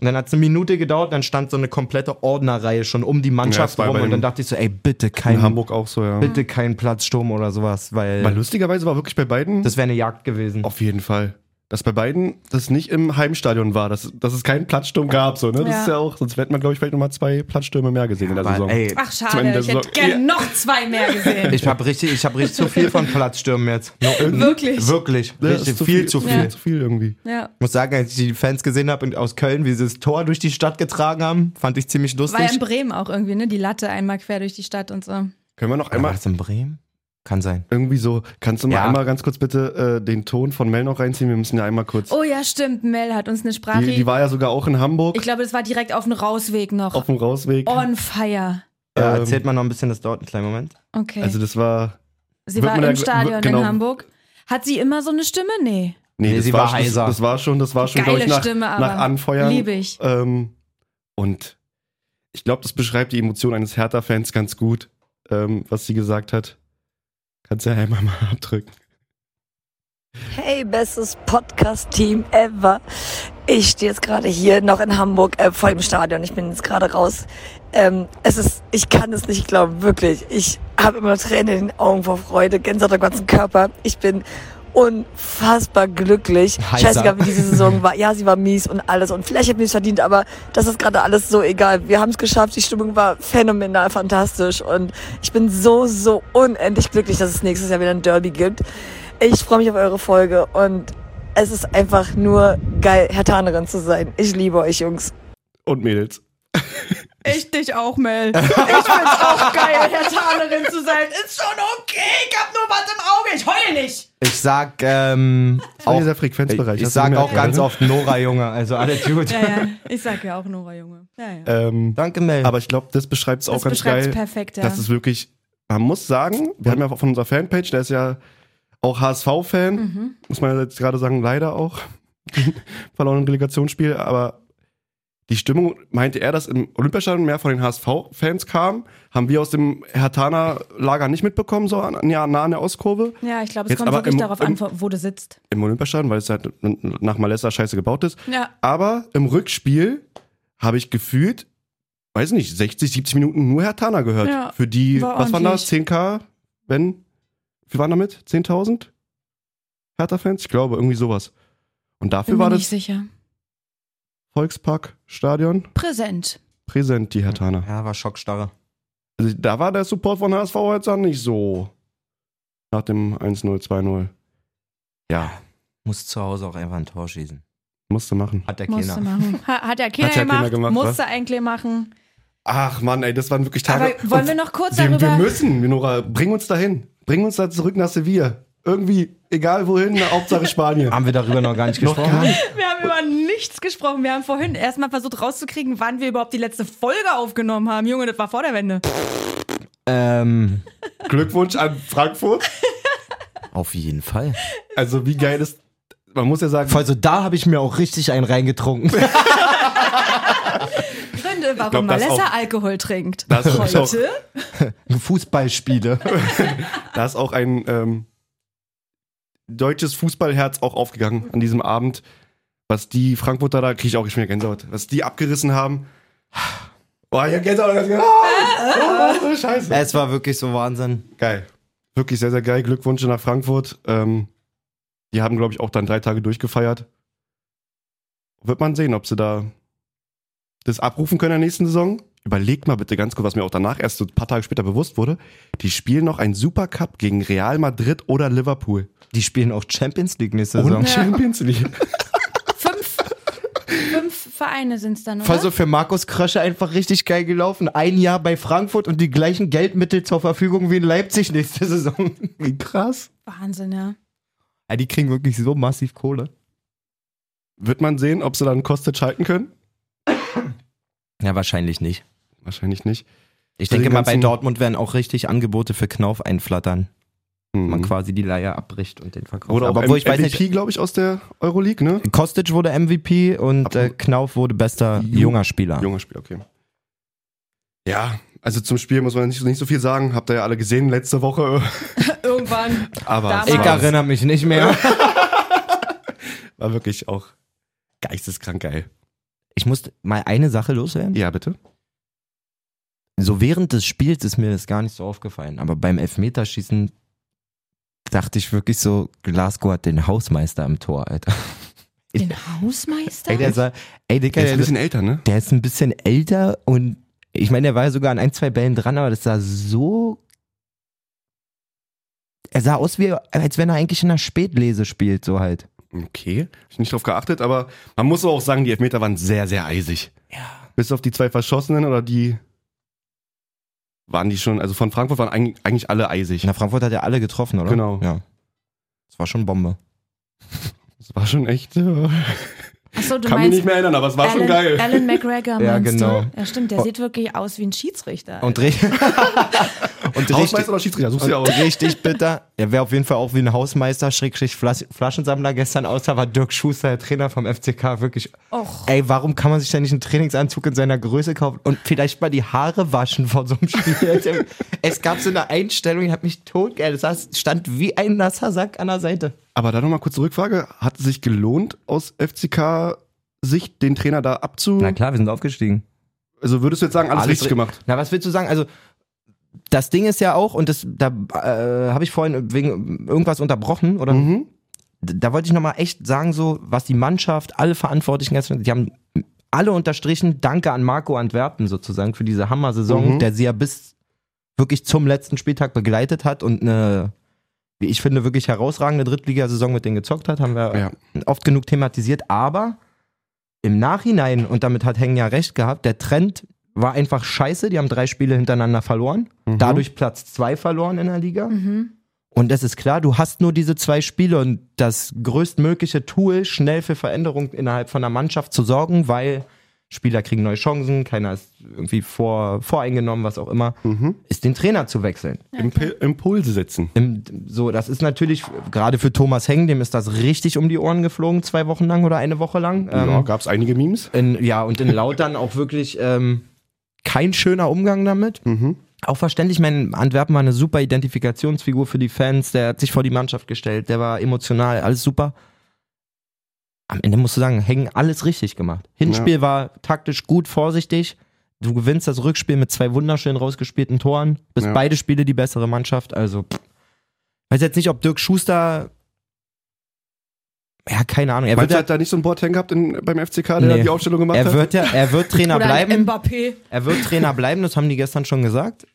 S2: Und dann hat es eine Minute gedauert, dann stand so eine komplette Ordnerreihe schon um die Mannschaft
S1: das war
S2: rum
S1: bei
S2: und dann
S1: dem-
S2: dachte ich so, ey, bitte
S1: in
S2: kein
S1: Hamburg auch so, ja.
S2: Bitte kein Platzsturm oder sowas, weil
S1: Weil lustigerweise war wirklich bei beiden.
S2: das wäre eine Jagd gewesen.
S1: Auf jeden Fall. Dass bei beiden das nicht im Heimstadion war, dass, dass es keinen Platzsturm gab. So, ne? Das
S4: Ja.
S1: ist ja auch, sonst hätten wir, glaube ich, vielleicht nochmal zwei Platzstürme mehr gesehen in der Saison.
S2: ey,
S4: Ach,
S1: Zum Ende
S4: schade.
S1: der
S4: Ich hätte
S1: Saison.
S4: gerne
S1: Ja.
S4: noch zwei mehr gesehen.
S2: ich habe richtig, ich hab richtig zu viel von Platzstürmen jetzt. No,
S4: Wirklich?
S2: Wirklich,
S1: Ne,
S2: richtig,
S1: ist
S2: viel, zu viel.
S4: Ja.
S1: Zu viel irgendwie.
S4: Ja.
S2: Ich muss sagen, als ich die Fans gesehen habe aus Köln, wie sie das Tor durch die Stadt getragen haben, fand ich ziemlich
S4: War ja in
S2: lustig.
S4: Bremen auch irgendwie, ne? Die Latte einmal quer durch die Stadt und so.
S1: Können wir noch
S2: War
S1: einmal
S2: das in Bremen? Kann sein.
S1: irgendwie so, kannst du mal
S2: Ja.
S1: einmal ganz kurz bitte äh, den Ton von Mel noch reinziehen? Wir müssen ja einmal kurz.
S4: Oh ja, stimmt. Mel hat uns eine Sprache.
S1: die, die war ja sogar auch in Hamburg
S4: ich oh, glaube, das war direkt auf dem Rausweg noch.
S1: auf dem Rausweg.
S4: On fire.
S2: Ja,
S1: Ähm,
S2: erzählt mal noch ein bisschen, das dauert einen kleinen Moment.
S4: Okay.
S1: Also das war.
S4: sie
S1: wird
S4: war
S1: man
S4: im
S1: da-
S4: Stadion
S1: wird- genau.
S4: in Hamburg. Hat sie immer so eine Stimme? Nee.
S1: Nee,
S2: Nee,
S1: das
S2: sie war
S1: war, das,
S2: heiser.
S1: das war schon, das war schon, glaube
S4: Geile
S1: ich, nach,
S4: Stimme, aber
S1: nach Anfeuern.
S4: lieb ich.
S1: Ähm, und ich glaube, das beschreibt die Emotion eines Hertha-Fans ganz gut, ähm, was sie gesagt hat. Kannst ja einmal mal abdrücken.
S5: Hey, bestes Podcast-Team ever. Ich stehe jetzt gerade hier noch in Hamburg äh, vor dem Stadion. Ich bin jetzt gerade raus. Ähm, es ist, ich kann es nicht glauben, wirklich. Ich habe immer Tränen in den Augen vor Freude, Gänsehaut am ganzen Körper. Ich bin unfassbar glücklich.
S2: Heißer.
S5: Scheißegal, wie diese Saison war. Ja, sie war mies und alles. Und vielleicht hätten wir es verdient, aber das ist gerade alles so egal. Wir haben es geschafft. Die Stimmung war phänomenal, fantastisch. Und ich bin so, so unendlich glücklich, dass es nächstes Jahr wieder ein Derby gibt. Ich freue mich auf eure Folge und es ist einfach nur geil, Herr Tarnerin zu sein. Ich liebe euch, Jungs.
S1: Und Mädels.
S4: Ich dich auch, Mel. Ich find's auch geil, Herr Talerin zu sein. Ist schon okay. Ich hab nur was im Auge. Ich heul nicht.
S2: Ich sag, ähm,
S1: Auch
S2: auch,
S1: dieser Frequenzbereich.
S2: ich
S1: hast du
S2: sag
S1: gemerkt,
S2: auch ganz
S1: oder?
S2: oft Nora, Junge. Also alles gut.
S4: Ja, ja. Ich sag ja auch Nora Junge. Ja, ja.
S1: Ähm,
S2: Danke, Mel.
S1: aber ich glaube, das beschreibt es auch
S4: das
S1: ganz
S4: beschreibt's
S1: geil.
S4: perfekt, ja.
S1: Das ist wirklich, man muss sagen, wir haben ja von unserer Fanpage, der ist ja auch HSV-Fan, muss man jetzt gerade sagen, leider auch. Verloren im Relegationsspiel, aber die Stimmung, meinte er, dass im Olympiastadion mehr von den HSV-Fans kam, haben wir aus dem Hertaner-Lager nicht mitbekommen, so an, ja, nah an der Ostkurve.
S4: ja, ich glaube, es
S1: Jetzt
S4: kommt
S1: aber
S4: wirklich
S1: im-
S4: darauf
S1: im-
S4: an, wo du sitzt.
S1: Im Olympiastadion, weil es halt nach Malessa scheiße gebaut ist.
S4: Ja.
S1: Aber im Rückspiel habe ich gefühlt, weiß nicht, 60, 70 Minuten nur Hertana gehört.
S4: Ja,
S1: Für die,
S4: war
S1: was waren das?
S4: ordentlich.
S1: 10k, wenn, wie waren damit? 10.000 Hertha-Fans? Ich glaube, irgendwie sowas. Und dafür
S4: Bin mir
S1: war
S4: nicht
S1: das
S4: sicher.
S1: Volksparkstadion
S4: Präsent.
S1: präsent, die Hertana.
S2: ja, war Schockstarre.
S1: Also, da war der Support von HSV jetzt auch nicht so. Nach dem 1-0, 2-0. Ja,
S2: Muss zu Hause auch einfach ein Tor schießen.
S1: musste machen.
S2: Hat der
S4: Musste
S2: keiner.
S4: machen. Ha- Hat ja keiner
S1: Hat ja keiner gemacht,
S4: gemacht. musste eigentlich machen.
S1: Ach Mann, ey, das waren wirklich
S4: Aber
S1: Tage.
S4: wollen wir
S1: Und-
S4: noch kurz
S1: Wir, wir
S4: darüber.
S1: müssen, Nora, bring uns dahin. Bring uns da zurück nach Sevilla. Irgendwie, egal wohin, Hauptsache Spanien.
S2: Haben wir darüber noch gar nicht
S1: Noch
S2: gesprochen?
S1: gar nicht.
S4: Wir haben über nichts gesprochen. Wir haben vorhin erstmal versucht rauszukriegen, wann wir überhaupt die letzte Folge aufgenommen haben. Junge, das war vor der Wende.
S2: Ähm,
S1: Glückwunsch an Frankfurt.
S2: auf jeden Fall.
S1: Also wie geil ist, man muss ja sagen,
S2: Also da habe ich mir auch richtig einen reingetrunken.
S4: Gründe, warum
S1: glaub, das
S4: Malessa
S1: auch-
S4: Alkohol trinkt.
S1: Das glaub ich
S4: Heute.
S2: Fußballspiele.
S1: da ist auch ein ähm, deutsches Fußballherz auch aufgegangen an diesem Abend. Was die Frankfurter da, kriege ich auch nicht mehr Gänsehaut, was die abgerissen haben. Boah, ich hab Gänsehaut. ganz- Ah, oh, scheiße.
S2: Es war wirklich so Wahnsinn.
S1: Geil. Wirklich sehr, sehr geil. Glückwunsch nach Frankfurt. Ähm, die haben, glaube ich, auch dann drei Tage durchgefeiert. Wird man sehen, ob sie da das abrufen können in der nächsten Saison. Überlegt mal bitte ganz kurz, was mir auch danach erst so ein paar Tage später bewusst wurde. Die spielen noch einen Supercup gegen Real Madrid oder Liverpool.
S2: Die spielen auch Champions League nächste
S1: Und
S2: Saison.
S1: Champions League.
S4: Fünf, fünf Vereine sind es dann, oder?
S2: Also für Markus Krösche einfach richtig geil gelaufen. Ein Jahr bei Frankfurt und die gleichen Geldmittel zur Verfügung wie in Leipzig nächste Saison. Wie krass.
S4: Wahnsinn, ja.
S2: Ja, die kriegen wirklich so massiv Kohle.
S1: Wird man sehen, ob sie dann Kostic schalten können?
S2: Ja, wahrscheinlich nicht.
S1: Wahrscheinlich nicht.
S2: Ich
S1: Für
S2: denke
S1: den
S2: mal, bei
S1: ganzen-
S2: Dortmund werden auch richtig Angebote für Knauf einflattern.
S1: Mhm.
S2: Man quasi die Leier abbricht und den verkauft.
S1: Oder
S2: Aber
S1: auch
S2: wo ich weiß
S1: MVP,
S2: nicht,
S1: glaube ich, aus der Euroleague, ne?
S2: Kostic wurde MVP und
S1: Apro-
S2: äh, Knauf wurde bester
S1: Ju-
S2: junger Spieler.
S1: Junger Spieler, okay. Ja, also zum Spiel muss man nicht, nicht so viel sagen. Habt ihr ja alle gesehen letzte Woche.
S4: Irgendwann.
S1: Aber
S4: Damals.
S1: es
S2: Ich
S1: war,
S2: erinnere mich nicht mehr.
S1: war wirklich auch geisteskrank geil.
S2: Ich muss mal eine Sache loswerden.
S1: Ja, bitte.
S2: so während des Spiels ist mir das gar nicht so aufgefallen, aber beim Elfmeterschießen dachte ich wirklich so, Glasgow hat den Hausmeister am Tor, Alter.
S4: Den Hausmeister?
S2: Ey, der sah, ey, Digga,
S1: Der ist
S2: der,
S1: ein bisschen älter, ne?
S2: der ist ein bisschen älter und ich meine, der war ja sogar an ein, zwei Bällen dran, aber das sah so. Er sah aus wie, als wenn er eigentlich in der Spätlese spielt, so halt.
S1: Okay. Hab ich nicht drauf geachtet, aber man muss auch sagen, die Elfmeter waren sehr, sehr eisig. Ja. Bis auf die zwei Verschossenen oder die waren die schon, also von Frankfurt waren eigentlich eigentlich alle eisig.
S2: Na, Frankfurt hat ja alle getroffen, oder?
S1: Genau.
S2: Ja. Das war schon Bombe.
S1: Das war schon echt. äh,
S4: Achso, du
S1: kann mich
S4: meinst.
S1: nicht mehr erinnern, aber es war schon
S4: Alan,
S1: geil.
S4: Alan McGregor
S2: Ja,
S4: meinst
S2: genau.
S4: du? Ja, stimmt, der sieht wirklich aus wie ein Schiedsrichter.
S2: Und, richtig- und richtig.
S1: Hausmeister oder Schiedsrichter, suchst du ja
S2: Und
S1: aus.
S2: richtig bitter. Er wäre auf jeden Fall auch wie ein Hausmeister, Schrägstrich Flas Flaschensammler gestern aussah, war Dirk Schuster, der Trainer vom FCK, wirklich.
S4: Och.
S2: Ey, warum kann man sich denn nicht einen Trainingsanzug in seiner Größe kaufen und vielleicht mal die Haare waschen vor so einem Spiel? es gab so eine Einstellung, ich hab mich tot, ey, das saß- stand wie ein nasser Sack an der Seite.
S1: Aber da nochmal kurz Rückfrage. Hat es sich gelohnt, aus FCK-Sicht den Trainer da abzu...
S2: klar, wir sind aufgestiegen.
S1: Also würdest du jetzt sagen, alles, richtig
S2: ri-
S1: gemacht?
S2: Na, was willst du sagen? Also, das Ding ist ja auch, und das, da äh, habe ich vorhin wegen irgendwas unterbrochen, oder
S1: Mhm.
S2: da wollte ich nochmal echt sagen, so, was die Mannschaft, alle Verantwortlichen, jetzt- die haben alle unterstrichen, danke an Marco Antwerpen sozusagen für diese Hammer-Saison,
S1: Mhm.
S2: der sie ja bis wirklich zum letzten Spieltag begleitet hat und eine, wie ich finde, wirklich herausragende Drittligasaison mit denen gezockt hat, haben wir
S1: Ja.
S2: oft genug thematisiert, aber im Nachhinein, und damit hat Heng ja recht gehabt, der Trend war einfach scheiße, die haben drei Spiele hintereinander verloren, dadurch Platz zwei verloren in der Liga.
S4: Mhm.
S2: Und es ist klar, du hast nur diese zwei Spiele und das größtmögliche Tool, schnell für Veränderung innerhalb von der Mannschaft zu sorgen, weil Spieler kriegen neue Chancen, keiner ist irgendwie vor, voreingenommen, was auch immer, ist den Trainer zu wechseln.
S1: Imp Impulse setzen.
S2: Im, so, das ist natürlich, gerade für Thomas Heng, dem ist das richtig um die Ohren geflogen, zwei Wochen lang oder eine Woche lang. Ähm,
S1: ja, gab es einige Memes?
S2: in, ja, und in Lautern auch wirklich ähm, kein schöner Umgang damit.
S1: Mhm.
S2: Auch verständlich, ich meine, Antwerpen war eine super Identifikationsfigur für die Fans, der hat sich vor die Mannschaft gestellt, der war emotional, alles super. Am Ende musst du sagen, hängen alles richtig gemacht. Hinspiel war taktisch gut, vorsichtig. Du gewinnst das Rückspiel mit zwei wunderschön rausgespielten Toren. Bist
S1: Ja.
S2: beide Spiele die bessere Mannschaft. Also, pff. weiß jetzt nicht, ob Dirk Schuster. Ja, keine Ahnung. Er
S1: Meinst
S2: wird
S1: du,
S2: ja
S1: hat da nicht so ein Boateng gehabt in, beim FCK, der da
S2: Nee.
S1: die Aufstellung gemacht
S2: er
S1: hat?
S2: wird ja, er wird Trainer
S4: Oder ein
S2: bleiben.
S4: Mbappé.
S2: Er wird Trainer bleiben, das haben die gestern schon gesagt.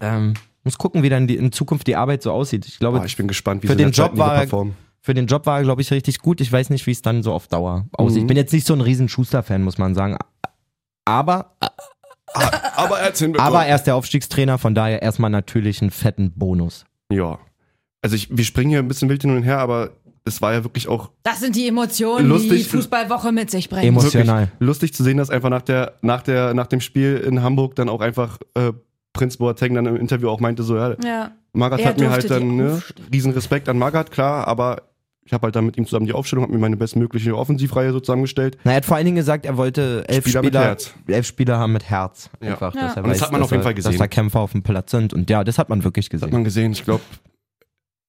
S2: Ähm, muss gucken, wie dann die, in Zukunft die Arbeit so aussieht. Ich glaube,
S1: Ah, ich bin gespannt, wie
S2: Für
S1: sie in
S2: den
S1: der zweiten
S2: Job
S1: Liga
S2: war er-
S1: performen.
S2: für den Job war er, glaube ich, richtig gut. Ich weiß nicht, wie es dann so auf Dauer aussieht.
S1: Mhm.
S2: Ich bin jetzt nicht so ein riesen Schuster-Fan, muss man sagen. Aber,
S1: Aber er hat's hinbekommen.
S2: aber er ist der Aufstiegstrainer, von daher erstmal natürlich einen fetten Bonus.
S1: ja. Also ich, wir springen hier ein bisschen wild hin und her, aber es war ja wirklich auch
S4: Das sind die Emotionen, die die
S1: Lustig-
S4: Fußballwoche mit sich bringt.
S2: Emo-
S1: wirklich
S2: Emotional.
S1: lustig zu sehen, dass einfach nach, der, nach, der, nach dem Spiel in Hamburg dann auch einfach äh, Prinz Boateng dann im Interview auch meinte, so ja,
S4: ja.
S1: Magath
S4: Er
S1: hat mir halt
S4: durfte
S1: dann
S4: die
S1: ne,
S4: aufstellen.
S1: riesen Respekt an Magath, klar, aber ich habe halt dann mit ihm zusammen die Aufstellung, habe mir meine bestmögliche Offensivreihe so zusammengestellt.
S2: Na, er hat vor allen Dingen gesagt, er wollte elf
S1: Spieler
S2: Spieler,
S1: mit Herz.
S2: elf Spieler haben mit Herz.
S1: Ja.
S2: Einfach,
S4: Ja.
S2: Dass er
S1: Und das
S2: weiß,
S1: hat man
S2: dass
S1: auf jeden
S2: er,
S1: Fall
S2: Dass
S1: gesehen.
S2: da Kämpfer auf dem Platz sind. Und ja, das hat man wirklich
S1: Das hat
S2: gesehen.
S1: man gesehen, ich glaube,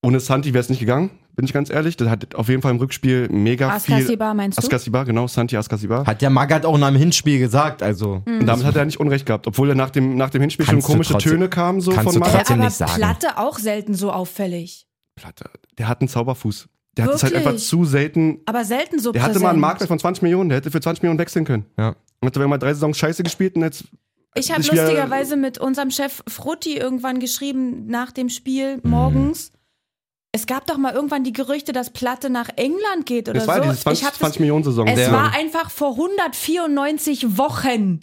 S1: ohne Santi wäre es nicht gegangen, bin ich ganz ehrlich. Das hat auf jeden Fall im Rückspiel mega viel...
S4: Askasibar meinst du?
S1: Askasibar, genau, Santi Askasibar.
S2: Hat der Magath auch nach dem Hinspiel gesagt, also.
S1: Und damit hat er nicht Unrecht gehabt, obwohl er nach dem, nach dem Hinspiel
S2: Kannst
S1: schon komische
S2: du trotzdem-
S1: Töne kamen so
S2: kannst
S1: von
S2: du
S1: Magath.
S4: ja,
S2: trotzdem
S4: aber
S2: nicht sagen.
S4: Platte auch selten so auffällig.
S1: Platte. Der hat einen Zauberfuß. Der hat es halt
S4: Wirklich?
S1: einfach zu selten.
S4: Aber selten so
S1: Der hatte
S4: präsent.
S1: mal einen Marktwert von 20 Millionen, der hätte für 20 Millionen wechseln können.
S2: Ja.
S1: Und hat aber mal drei Saisons scheiße gespielt und jetzt.
S4: Ich habe
S1: Ich wär-
S4: lustigerweise mit unserem Chef Frutti irgendwann geschrieben nach dem Spiel
S1: Mhm.
S4: morgens. Es gab doch mal irgendwann die Gerüchte, dass Platte nach England geht oder
S1: Das war
S4: so.
S1: diese 20,
S4: ich hab
S1: 20 Millionen Saison.
S4: das, es
S1: Der-
S4: war einfach vor 194 Wochen.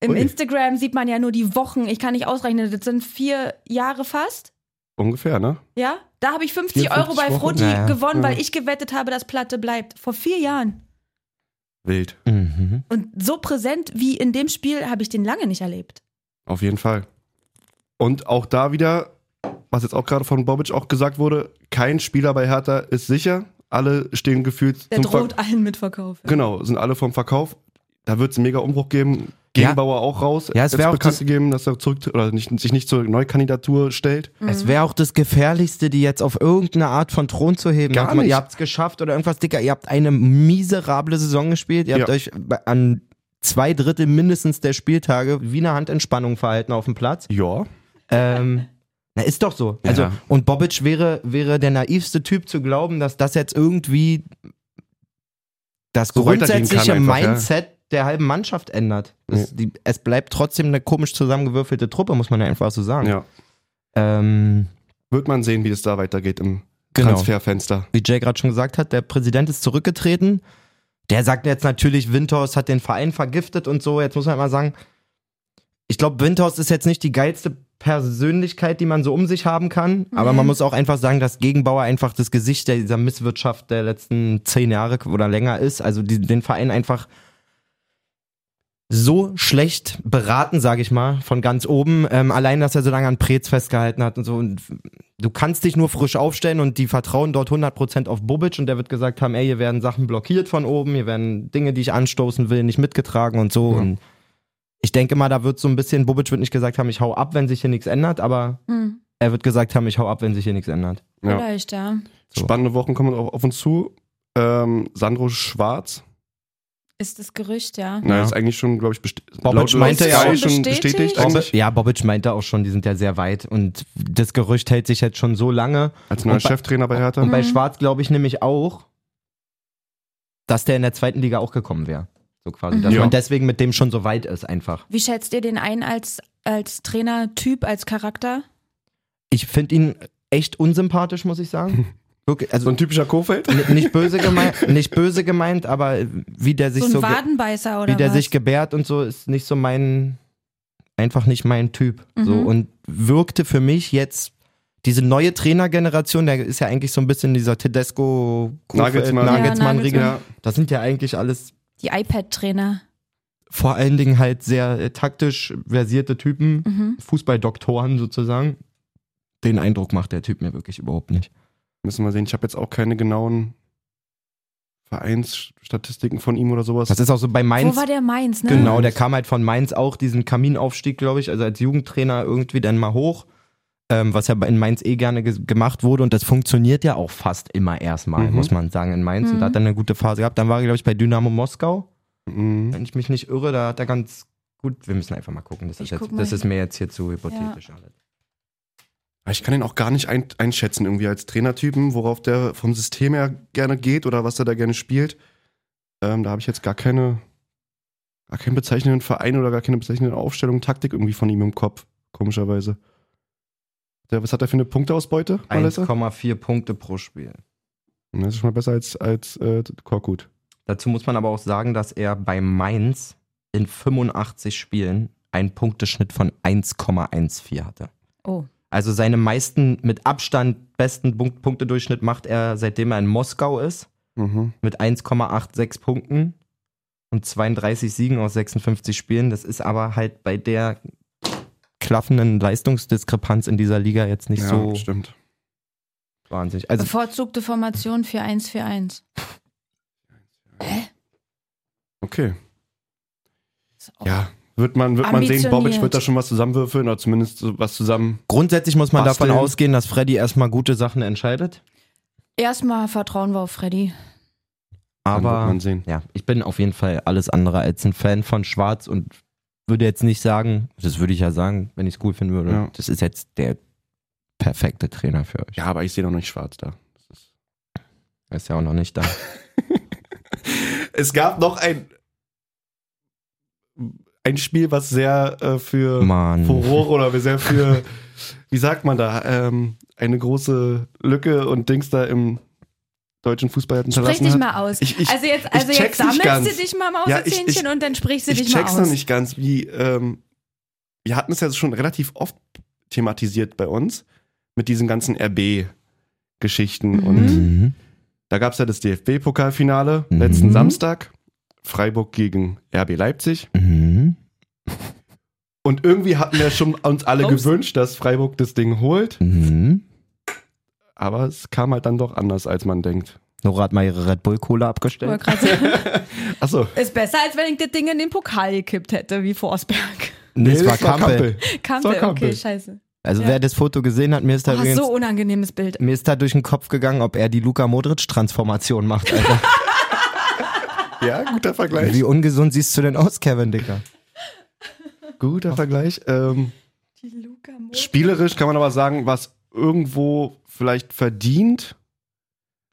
S4: Im
S1: Ui.
S4: Instagram sieht man ja nur die Wochen. Ich kann nicht ausrechnen, das sind vier Jahre fast.
S1: Ungefähr, ne?
S4: Ja, da habe ich 50 Euro
S1: 54
S4: bei
S1: Wochen.
S4: Frutti
S2: Naja.
S4: gewonnen, weil
S1: Ja.
S4: ich gewettet habe, dass Platte bleibt. Vor vier Jahren.
S1: Wild.
S2: Mhm.
S4: Und so präsent wie in dem Spiel habe ich den lange nicht erlebt.
S1: Auf jeden Fall. Und auch da wieder, was jetzt auch gerade von Bobic auch gesagt wurde, kein Spieler bei Hertha ist sicher. Alle stehen gefühlt
S4: Der
S1: zum Ver-
S4: droht allen mit Verkauf. ja.
S1: Genau, sind alle vom Verkauf. Da wird es einen mega Umbruch geben. Gegenbauer auch raus.
S2: Ja, es
S1: Jetzt
S2: wär auch
S1: bekannt
S2: das-
S1: gegeben, dass er zurück oder nicht, sich nicht zur Neukandidatur stellt.
S2: Es wäre auch das Gefährlichste, die jetzt auf irgendeine Art von Thron zu heben.
S1: Gar
S2: Sag mal,
S1: nicht.
S2: Ihr habt's geschafft oder irgendwas, Dicker. Ihr habt eine miserable Saison gespielt. Ihr habt
S1: Ja.
S2: euch bei- an zwei Drittel mindestens der Spieltage wie eine Handentspannung verhalten auf dem Platz.
S1: Ja.
S2: Ähm, na, ist doch so. Also,
S1: Ja.
S2: und Bobic wäre, wäre der naivste Typ zu glauben, dass das jetzt irgendwie das
S1: So weitergehen
S2: grundsätzliche
S1: kann einfach, ja.
S2: Mindset der halben Mannschaft ändert. Es, die, es bleibt trotzdem eine komisch zusammengewürfelte Truppe, muss man ja einfach so sagen.
S1: ja.
S2: Ähm,
S1: Wird man sehen, wie es da weitergeht im
S2: Genau.
S1: Transferfenster.
S2: wie Jay gerade schon gesagt hat, der Präsident ist zurückgetreten. Der sagt jetzt natürlich, Windhorst hat den Verein vergiftet und so. Jetzt muss man mal sagen, ich glaube, Windhorst ist jetzt nicht die geilste Persönlichkeit, die man so um sich haben kann. Aber man muss auch einfach sagen, dass Gegenbauer einfach das Gesicht der- dieser Misswirtschaft der letzten zehn Jahre oder länger ist. Also die, den Verein einfach so schlecht beraten, sage ich mal, von ganz oben. Ähm, allein, dass er so lange an Preetz festgehalten hat und so. Und du kannst dich nur frisch aufstellen und die vertrauen dort 100% auf Bobic und der wird gesagt haben, ey, hier werden Sachen blockiert von oben, hier werden Dinge, die ich anstoßen will, nicht mitgetragen und so.
S1: Ja.
S2: Und ich denke mal, da wird so ein bisschen, Bobic wird nicht gesagt haben, ich hau ab, wenn sich hier nichts ändert, aber
S4: Hm.
S2: er wird gesagt haben, ich hau ab, wenn sich hier nichts ändert.
S1: Ja.
S4: Vielleicht, ja.
S2: So.
S1: Spannende Wochen kommen auch auf uns zu. Ähm, Sandro Schwarz,
S4: Ist das Gerücht, ja.
S1: na,
S2: Ja.
S1: ist eigentlich schon, glaube ich, besti-
S2: Bobic meinte
S1: Sky
S2: ja auch-
S1: schon
S4: Bestätigt?
S1: bestätigt. eigentlich.
S2: Ja, Bobic meinte auch schon, die sind ja sehr weit und das Gerücht hält sich jetzt schon so lange.
S1: Als neuer
S2: Und bei-
S1: Cheftrainer bei Hertha.
S2: Und bei
S4: Mhm.
S2: Schwarz glaube ich nämlich auch, dass der in der zweiten Liga auch gekommen wäre. So quasi. Dass
S1: Mhm. Ja.
S2: man deswegen mit dem schon so weit ist einfach.
S4: Wie schätzt ihr den ein als, als Trainertyp, als Charakter?
S2: Ich finde ihn echt unsympathisch, muss ich sagen. Wirklich,
S1: So
S2: also
S1: ein typischer Kofeld.
S2: n- nicht böse gemeint, nicht böse gemeint, aber wie der sich
S4: so ein
S2: so, ge-
S4: Wadenbeißer oder
S2: wie der
S4: was?
S2: sich gebärt und so ist nicht so mein einfach nicht mein Typ. So
S4: Mhm.
S2: und wirkte für mich jetzt diese neue Trainergeneration, der ist ja eigentlich so ein bisschen dieser Tedesco, Kofeld,
S1: Nagelsmann.
S4: Ja,
S2: Nagelsmann-Riegel.
S4: Nagelsmann.
S2: Das sind ja eigentlich alles
S4: Die iPad-Trainer.
S2: vor allen Dingen halt sehr äh, taktisch versierte Typen,
S4: Mhm.
S2: Fußballdoktoren sozusagen. Den Eindruck macht der Typ mir wirklich überhaupt nicht.
S1: Müssen wir sehen. Ich habe jetzt auch keine genauen Vereinsstatistiken von ihm oder sowas.
S2: Das ist auch so bei Mainz.
S4: Wo war der Mainz, ne?
S2: Genau,
S1: Mainz.
S2: der kam halt von Mainz auch diesen Kaminaufstieg, glaube ich, also als Jugendtrainer irgendwie dann mal hoch, ähm, was ja bei- in Mainz eh gerne ge gemacht wurde und das funktioniert ja auch fast immer erstmal,
S1: Mhm.
S2: muss man sagen, in Mainz und
S4: Mhm.
S2: da hat dann eine gute Phase gehabt. Dann war er, glaube ich, bei Dynamo Moskau,
S1: Mhm.
S2: wenn ich mich nicht irre, da hat er ganz gut, wir müssen einfach mal gucken, das,
S4: Ich
S2: ist, jetzt,
S4: guck mal.
S2: das ist mir jetzt hier zu hypothetisch alles.
S1: Aber Ich kann ihn auch gar nicht ein, einschätzen irgendwie als Trainertypen, worauf der vom System her gerne geht oder was er da gerne spielt. Ähm, da habe ich jetzt gar keine, gar keinen bezeichnenden Verein oder gar keine bezeichnende Aufstellung, Taktik irgendwie von ihm im Kopf, komischerweise. Der, was hat er für eine Punkteausbeute, Malessa?
S2: 1,4 Punkte pro Spiel.
S1: Das ist schon mal besser als, als äh, Korkut.
S2: Dazu muss man aber auch sagen, dass er bei Mainz in 85 Spielen einen Punkteschnitt von 1,14 hatte.
S4: Oh.
S2: Also seine meisten mit Abstand besten Punk- Punktedurchschnitt macht er, seitdem er in Moskau ist,
S1: Mhm.
S2: mit 1,86 Punkten und 32 Siegen aus 56 Spielen. Das ist aber halt bei der klaffenden Leistungsdiskrepanz in dieser Liga jetzt nicht
S1: ja,
S2: so
S1: stimmt.
S2: wahnsinnig. Also
S4: Bevorzugte Formation 4141.
S1: Okay.
S4: Ist auch-
S1: Ja, wird man, wird man sehen, Bobic
S4: Ambitioniert.
S1: wird da schon was zusammenwürfeln oder zumindest so was zusammen.
S2: grundsätzlich muss man
S1: Basteln.
S2: davon ausgehen, dass Freddy erstmal gute Sachen entscheidet.
S4: Erstmal vertrauen wir auf Freddy.
S1: Dann wird
S2: Aber
S1: man sehen.
S2: ja, ich bin auf jeden Fall alles andere als ein Fan von Schwarz und würde jetzt nicht sagen, das würde ich ja sagen, wenn ich es cool finden würde,
S1: Ja.
S2: das ist jetzt der perfekte Trainer für euch.
S1: Ja, aber ich sehe noch nicht schwarz da.
S2: Er ist ja auch noch nicht da.
S1: Es gab noch ein, ein Spiel, was sehr äh, für
S2: Mann.
S1: Furore oder sehr für, wie sagt man da, ähm, eine große Lücke und Dings da im deutschen Fußball hat
S4: Sprich
S1: hinterlassen
S4: dich
S1: hat.
S4: mal aus.
S1: Ich- ich-
S4: also jetzt, also
S1: ich
S4: jetzt
S1: check's nicht
S4: sammelst
S1: ganz.
S4: du dich mal im
S1: Ja,
S4: Außerzähnchen
S1: ich- ich-
S4: und dann sprichst du dich
S1: ich
S4: mal
S1: check's
S4: aus.
S1: noch nicht ganz, wie ähm, wir hatten es ja schon relativ oft thematisiert bei uns mit diesen ganzen RB-Geschichten
S4: Mhm.
S1: und
S2: Mhm.
S1: da gab es ja das DFB-Pokalfinale
S2: Mhm.
S1: letzten
S4: Mhm.
S1: Samstag, Freiburg gegen RB Leipzig
S2: Mhm.
S1: und irgendwie hatten wir schon uns alle
S4: Ups.
S1: gewünscht, dass Freiburg das Ding holt,
S2: Mhm.
S1: aber es kam halt dann doch anders, als man denkt.
S2: Nora hat mal ihre Red Bull Cola abgestellt.
S4: Wollte grad sagen,
S1: Achso,
S4: ist besser, als wenn ich das Ding in den Pokal gekippt hätte, wie Forsberg.
S2: Nee, es war
S1: das war
S2: Kampel.
S1: Kampel.
S4: Kampel,
S1: Kampel.
S4: okay, scheiße.
S2: Also
S4: Ja.
S2: wer das Foto gesehen hat, mir ist da
S4: Oh,
S2: übrigens,
S4: so unangenehmes Bild.
S2: mir ist da durch den Kopf gegangen, ob er die Luka Modric Transformation macht. Alter.
S1: Ja, guter Vergleich.
S2: Wie ungesund siehst du denn aus, Kevin Dicker?
S1: Guter Vergleich. Ähm,
S4: Die Luca Mo-
S1: Spielerisch kann man aber sagen, was irgendwo vielleicht verdient,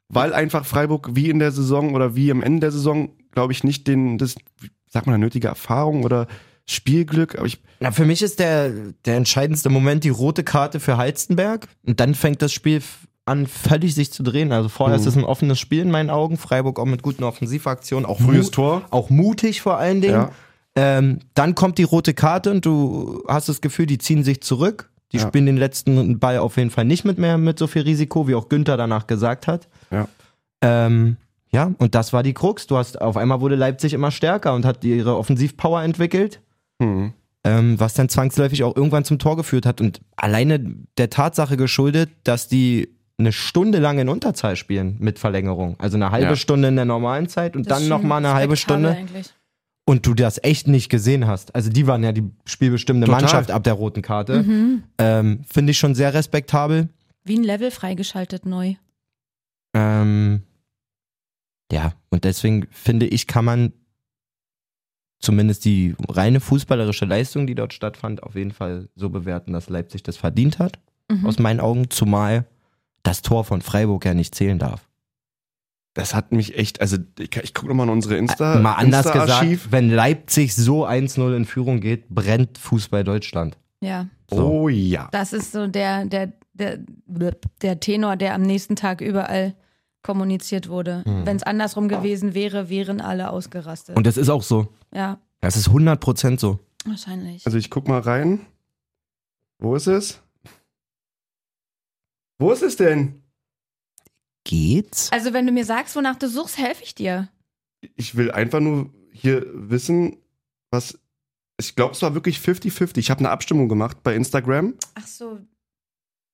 S1: weil einfach Freiburg wie in der Saison oder wie am Ende der Saison, glaube ich, nicht den, das, sag mal, nötige Erfahrung oder Spielglück. Aber ich,
S2: Na, für mich ist der, der entscheidendste Moment die rote Karte für Halstenberg. Und dann fängt das Spiel f- an, völlig sich zu drehen. Also vorher
S1: Mhm.
S2: ist es ein offenes Spiel in meinen Augen. Freiburg auch mit guten Offensivaktionen, auch, mu
S1: frühes Tor.
S2: auch mutig vor allen Dingen.
S1: Ja.
S2: Ähm, dann kommt die rote Karte und du hast das Gefühl, die ziehen sich zurück. Die
S1: Ja.
S2: spielen den letzten Ball auf jeden Fall nicht mit mehr mit so viel Risiko, wie auch Günther danach gesagt hat.
S1: Ja.
S2: Ähm, ja, und das war die Krux. Du hast auf einmal wurde Leipzig immer stärker und hat ihre Offensivpower entwickelt
S1: Hm.
S2: ähm, was dann zwangsläufig auch irgendwann zum Tor geführt hat. Und alleine der Tatsache geschuldet, dass die eine Stunde lang in Unterzahl spielen mit Verlängerung. Also eine halbe
S1: Ja.
S2: Stunde in der normalen Zeit und
S4: Das ist
S2: dann
S4: schon
S2: nochmal eine halbe
S4: respektabel
S2: Stunde.
S4: Eigentlich.
S2: Und du das echt nicht gesehen hast. Also die waren ja die spielbestimmende
S1: Total.
S2: Mannschaft ab der roten Karte.
S4: Mhm.
S2: Ähm, Finde ich schon sehr respektabel.
S4: Wie ein Level freigeschaltet neu.
S2: Ähm, ja, und deswegen finde ich, kann man zumindest die reine fußballerische Leistung, die dort stattfand, auf jeden Fall so bewerten, dass Leipzig das verdient hat.
S4: Mhm.
S2: aus meinen Augen, zumal das Tor von Freiburg ja nicht zählen darf.
S1: Das hat mich echt, also ich, ich gucke nochmal in unsere Insta.
S2: Äh, Mal anders
S1: Insta-Archiv.
S2: gesagt, wenn Leipzig so 1-0 in Führung geht, brennt Fußball Deutschland.
S4: ja,
S2: So.
S1: Oh ja.
S4: das ist so der, der, der, der Tenor, der am nächsten Tag überall kommuniziert wurde.
S2: Mhm.
S4: Wenn es andersrum gewesen wäre, wären alle ausgerastet.
S2: Und das ist auch so.
S4: ja,
S2: Das ist 100% so.
S4: wahrscheinlich.
S1: Also ich guck mal rein. Wo ist es? Wo ist es denn?
S2: Geht's?
S4: Also, wenn du mir sagst, wonach du suchst, helfe ich dir.
S1: Ich will einfach nur hier wissen, was. Ich glaube, es war wirklich 50-50. Ich habe eine Abstimmung gemacht bei Instagram
S4: Ach so,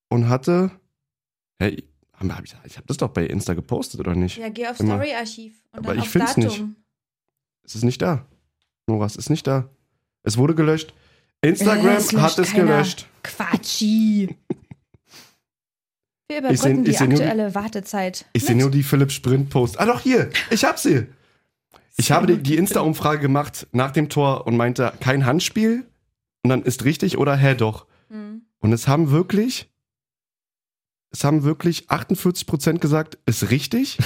S1: und hatte. Hey, hab ich ich habe das doch bei Insta gepostet, oder nicht?
S4: ja, geh auf
S1: Immer.
S4: Story-Archiv und
S1: Aber
S4: dann
S1: ich
S4: auf
S1: find's
S4: Datum.
S1: nicht. Es ist nicht da. Nora, es ist nicht da. Es wurde gelöscht. Instagram
S4: Äh, es löscht
S1: hat es
S4: keiner.
S1: gelöscht.
S4: Quatschi. Wir überbrücken
S1: Ich seh-
S4: die
S1: ich seh nur die-
S4: aktuelle Wartezeit.
S1: Ich sehe
S4: mit-
S1: nur die Philipp Sprint Post. Ah doch, hier. Ich hab sie. Ich habe die, die Insta-Umfrage gemacht nach dem Tor und meinte, kein Handspiel. Und dann ist richtig oder hä doch.
S4: Hm.
S1: Und es haben wirklich, es haben wirklich 48 Prozent gesagt, ist richtig.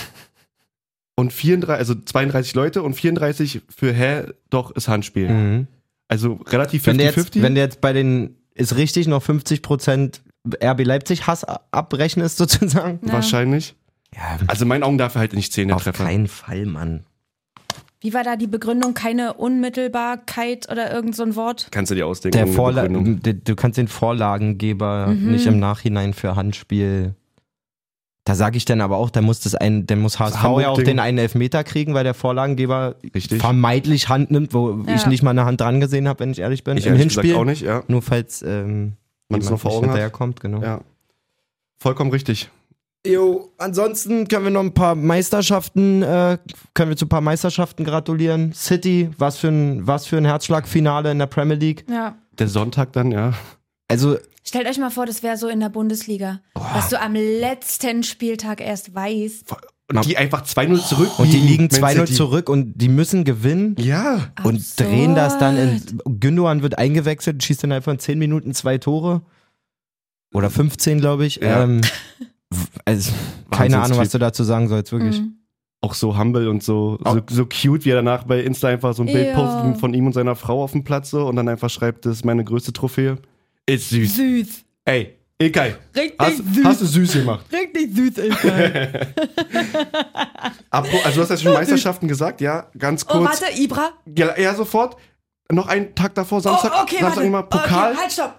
S1: Und 34, also 32 Leute und 34 für hä doch ist Handspiel.
S2: Mhm.
S1: Also relativ
S2: Wenn, der jetzt,
S1: 50-50.
S2: wenn der jetzt bei den, ist richtig, noch 50% RB Leipzig Hass a- abbrechen ist sozusagen.
S4: Ja.
S1: Wahrscheinlich.
S2: Ja,
S1: Also in meinen Augen darf er halt nicht 10
S2: auf
S1: Treffer.
S2: keinen Fall, Mann.
S4: Wie war da die Begründung? Keine Unmittelbarkeit oder irgend so ein Wort?
S1: Kannst du dir ausdenken.
S2: Der
S1: ohne
S2: Vorla
S1: Begründung.
S2: du, du kannst den Vorlagengeber
S4: Mhm.
S2: nicht im Nachhinein für Handspiel. Da sage ich dann aber auch, da muss das ein, dann muss HSV ja auch
S1: Hamburg-Ding.
S2: den einen Elfmeter kriegen, weil der Vorlagengeber
S1: Richtig.
S2: vermeidlich Hand nimmt, wo
S4: Ja.
S2: ich nicht mal eine Hand dran gesehen habe, wenn ich ehrlich bin.
S1: Ich
S2: Im
S1: ehrlich gesagt
S2: Hinspiel.
S1: auch nicht, ja.
S2: Nur falls ähm,
S1: Man es
S2: jemand
S1: noch vor
S2: nicht
S1: Augen hat.
S2: hinterherkommt, genau.
S1: Ja. Vollkommen richtig.
S2: Jo, ansonsten können wir noch ein paar Meisterschaften, äh, können wir zu ein paar Meisterschaften gratulieren. City, was für ein, was für ein Herzschlagfinale in der Premier League.
S4: Ja.
S1: Der Sonntag dann, ja.
S2: Also,
S4: Stellt euch mal vor, das wäre so in der Bundesliga, dass du am letzten Spieltag erst weißt.
S1: Und die einfach 2-0 zurück.
S2: und die liegen
S1: Man
S2: 2-0
S1: City.
S2: zurück und die müssen gewinnen
S1: Ja.
S2: und
S4: Absurd.
S2: drehen das dann in. Gündogan wird eingewechselt und schießt innerhalb von 10 Minuten zwei Tore. Oder 15, glaube ich.
S1: Ja.
S2: Ähm, w- also, keine Ahnung, was
S1: Wahnsinnstyp.
S2: du dazu sagen sollst, wirklich.
S4: Mhm.
S1: Auch so humble und so, so, so cute, wie er danach bei Insta einfach so ein Bild
S4: Ja.
S1: postet von ihm und seiner Frau auf dem Platz so und dann einfach schreibt, das ist meine größte Trophäe. Ist süß.
S4: Süß.
S1: Ey, Ilkay,
S4: Richtig
S1: hast,
S4: süß.
S1: hast du süß gemacht.
S4: Richtig süß ist er.
S1: Apro- Also du hast ja schon Meisterschaften gesagt, ja, ganz
S4: Oh,
S1: kurz.
S4: warte, Ibra.
S1: Ja, ja, sofort. Noch einen Tag davor, Samstag,
S4: oh, okay,
S1: Samstag
S4: warte.
S1: immer Pokal.
S4: Okay, halt, stopp.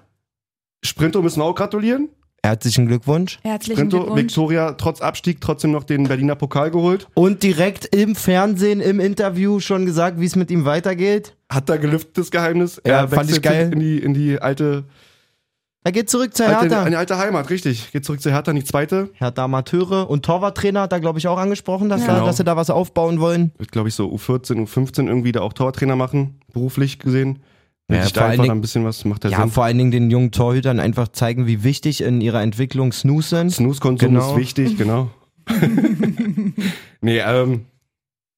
S1: Sprinto müssen wir auch gratulieren.
S2: Herzlichen Glückwunsch.
S4: Herzlichen
S1: Sprinto,
S4: Glückwunsch.
S1: Viktoria, trotz Abstieg, trotzdem noch den Berliner Pokal geholt.
S2: Und direkt im Fernsehen, im Interview schon gesagt, wie es mit ihm weitergeht.
S1: Hat da gelüftet, das Geheimnis.
S2: Ja,
S1: Er
S2: fand ich
S1: wechselt
S2: geil.
S1: In die, in die alte,
S2: Er geht zurück zur
S1: alte, in die
S2: Hertha.
S1: alte Heimat, richtig. Geht zurück zu Hertha, in die zweite.
S2: Hertha Amateure und Torwarttrainer hat er, glaube ich, auch angesprochen, dass,
S1: Ja.
S2: da, dass sie da was aufbauen wollen.
S1: Wird, glaube ich, so U14, U15 irgendwie da auch Torwarttrainer machen, beruflich gesehen. Wenn
S2: Ja,
S1: sich
S2: vor
S1: da
S2: allen
S1: einfach
S2: Dingen-
S1: ein bisschen was macht, der
S2: Ja,
S1: Sinn.
S2: vor allen Dingen den jungen Torhütern einfach zeigen, wie wichtig in ihrer Entwicklung Snooze sind.
S1: Snooze-Konsum
S2: Genau.
S1: ist wichtig, genau. nee, ähm,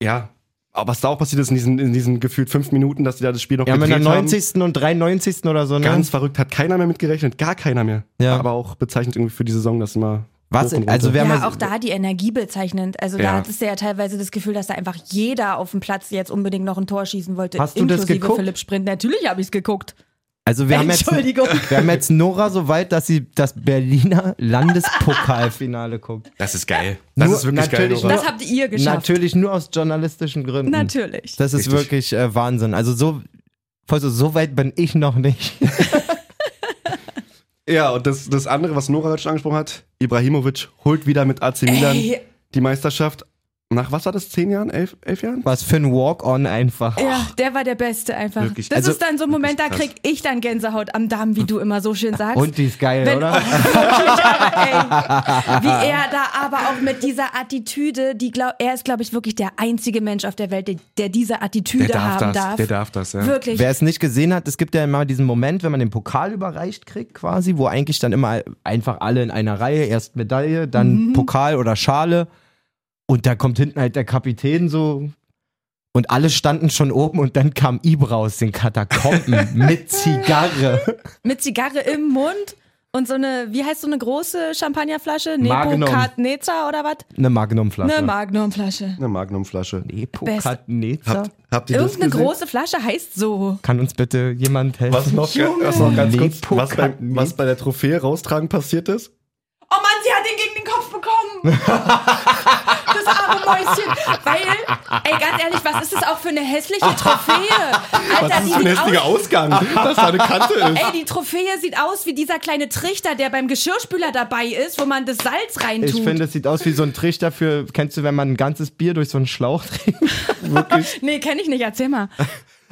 S1: ja. Aber was da auch passiert ist in diesen, in diesen gefühlt fünf Minuten, dass die da das Spiel noch
S2: Ja, mit
S1: gedreht
S2: der
S1: haben.
S2: 90. und 93. oder so. Ne?
S1: Ganz verrückt, hat keiner mehr mitgerechnet, gar keiner mehr.
S2: Ja.
S1: Aber auch bezeichnet irgendwie für die Saison, dass immer.
S2: was,
S1: hoch und
S2: also
S1: runter.
S2: wer
S4: Ja,
S2: mal,
S4: auch da die Energie bezeichnend. Also
S1: Ja.
S4: da hattest du ja teilweise das Gefühl, dass da einfach jeder auf dem Platz jetzt unbedingt noch ein Tor schießen wollte.
S2: Hast du das
S4: inklusive
S2: geguckt?
S4: Philipp Sprint. Natürlich habe ich es geguckt.
S2: also wir haben jetzt,
S4: Entschuldigung.
S2: wir haben jetzt Nora so weit, dass sie das Berliner Landespokalfinale guckt.
S1: Das ist geil. Das
S2: Nur
S1: ist wirklich geil.
S2: natürlich
S1: Nora.
S4: Das habt ihr geschafft.
S2: Natürlich nur aus journalistischen Gründen.
S4: Natürlich.
S2: Das ist
S1: Richtig.
S2: wirklich äh, Wahnsinn. Also so, also so weit bin ich noch nicht.
S1: Ja, und das, das andere, was Nora gerade schon angesprochen hat, Ibrahimovic holt wieder mit AC Milan
S4: Ey.
S1: die Meisterschaft. Nach was war das? Zehn Jahren? Elf, elf Jahren?
S2: Was für ein Walk-on einfach.
S4: Ja, der war der Beste einfach.
S1: Wirklich.
S4: Das
S1: Also,
S4: ist dann so ein Moment, da
S1: wirklich krass.
S4: krieg ich dann Gänsehaut am Darm, wie du immer so schön sagst.
S2: Und die ist geil,
S4: Wenn-
S2: oder?
S4: Ey, wie er da aber auch mit dieser Attitüde, die glaub, er ist, glaube ich, wirklich der einzige Mensch auf der Welt, der, der diese Attitüde haben darf.
S1: darf das, ja.
S4: Wirklich.
S2: Wer es nicht gesehen hat, es gibt ja immer diesen Moment, wenn man den Pokal überreicht kriegt, quasi, wo eigentlich dann immer einfach alle in einer Reihe, erst Medaille, dann Pokal oder Schale. Und da kommt hinten halt der Kapitän so. Und alle standen schon oben und dann kam Ibra aus den Katakomben mit Zigarre.
S4: Mit Zigarre im Mund und so eine, wie heißt so eine große Champagnerflasche?
S2: Magnum.
S4: Nebukadnezar oder was?
S2: Eine Magnumflasche.
S4: Eine Magnumflasche.
S1: Eine Magnumflasche.
S2: Epokadnezar?
S1: Habt, habt ihr das
S4: Irgendeine
S1: gesehen?
S4: große Flasche heißt so.
S2: Kann uns bitte jemand helfen?
S1: Was noch, was noch ganz kurz, was bei,
S2: Lepokaten.
S1: was bei der Trophäe raustragen passiert ist?
S4: Oh Mann, sie hat den gegen den Kopf bekommen. das arme Mäuschen. Weil, ey, ganz ehrlich, was ist das auch für eine hässliche Trophäe?
S1: Was
S4: Alter,
S1: ist das für ein
S4: die
S1: hässlicher
S4: sieht aus,
S1: Ausgang, dass da eine Kante ist?
S4: Ey, die Trophäe sieht aus wie dieser kleine Trichter, der beim Geschirrspüler dabei ist, wo man das Salz reintut.
S2: Ich finde, es sieht aus wie so ein Trichter für, kennst du, wenn man ein ganzes Bier durch so einen Schlauch trinkt? Wirklich.
S4: nee, kenne ich nicht, erzähl mal.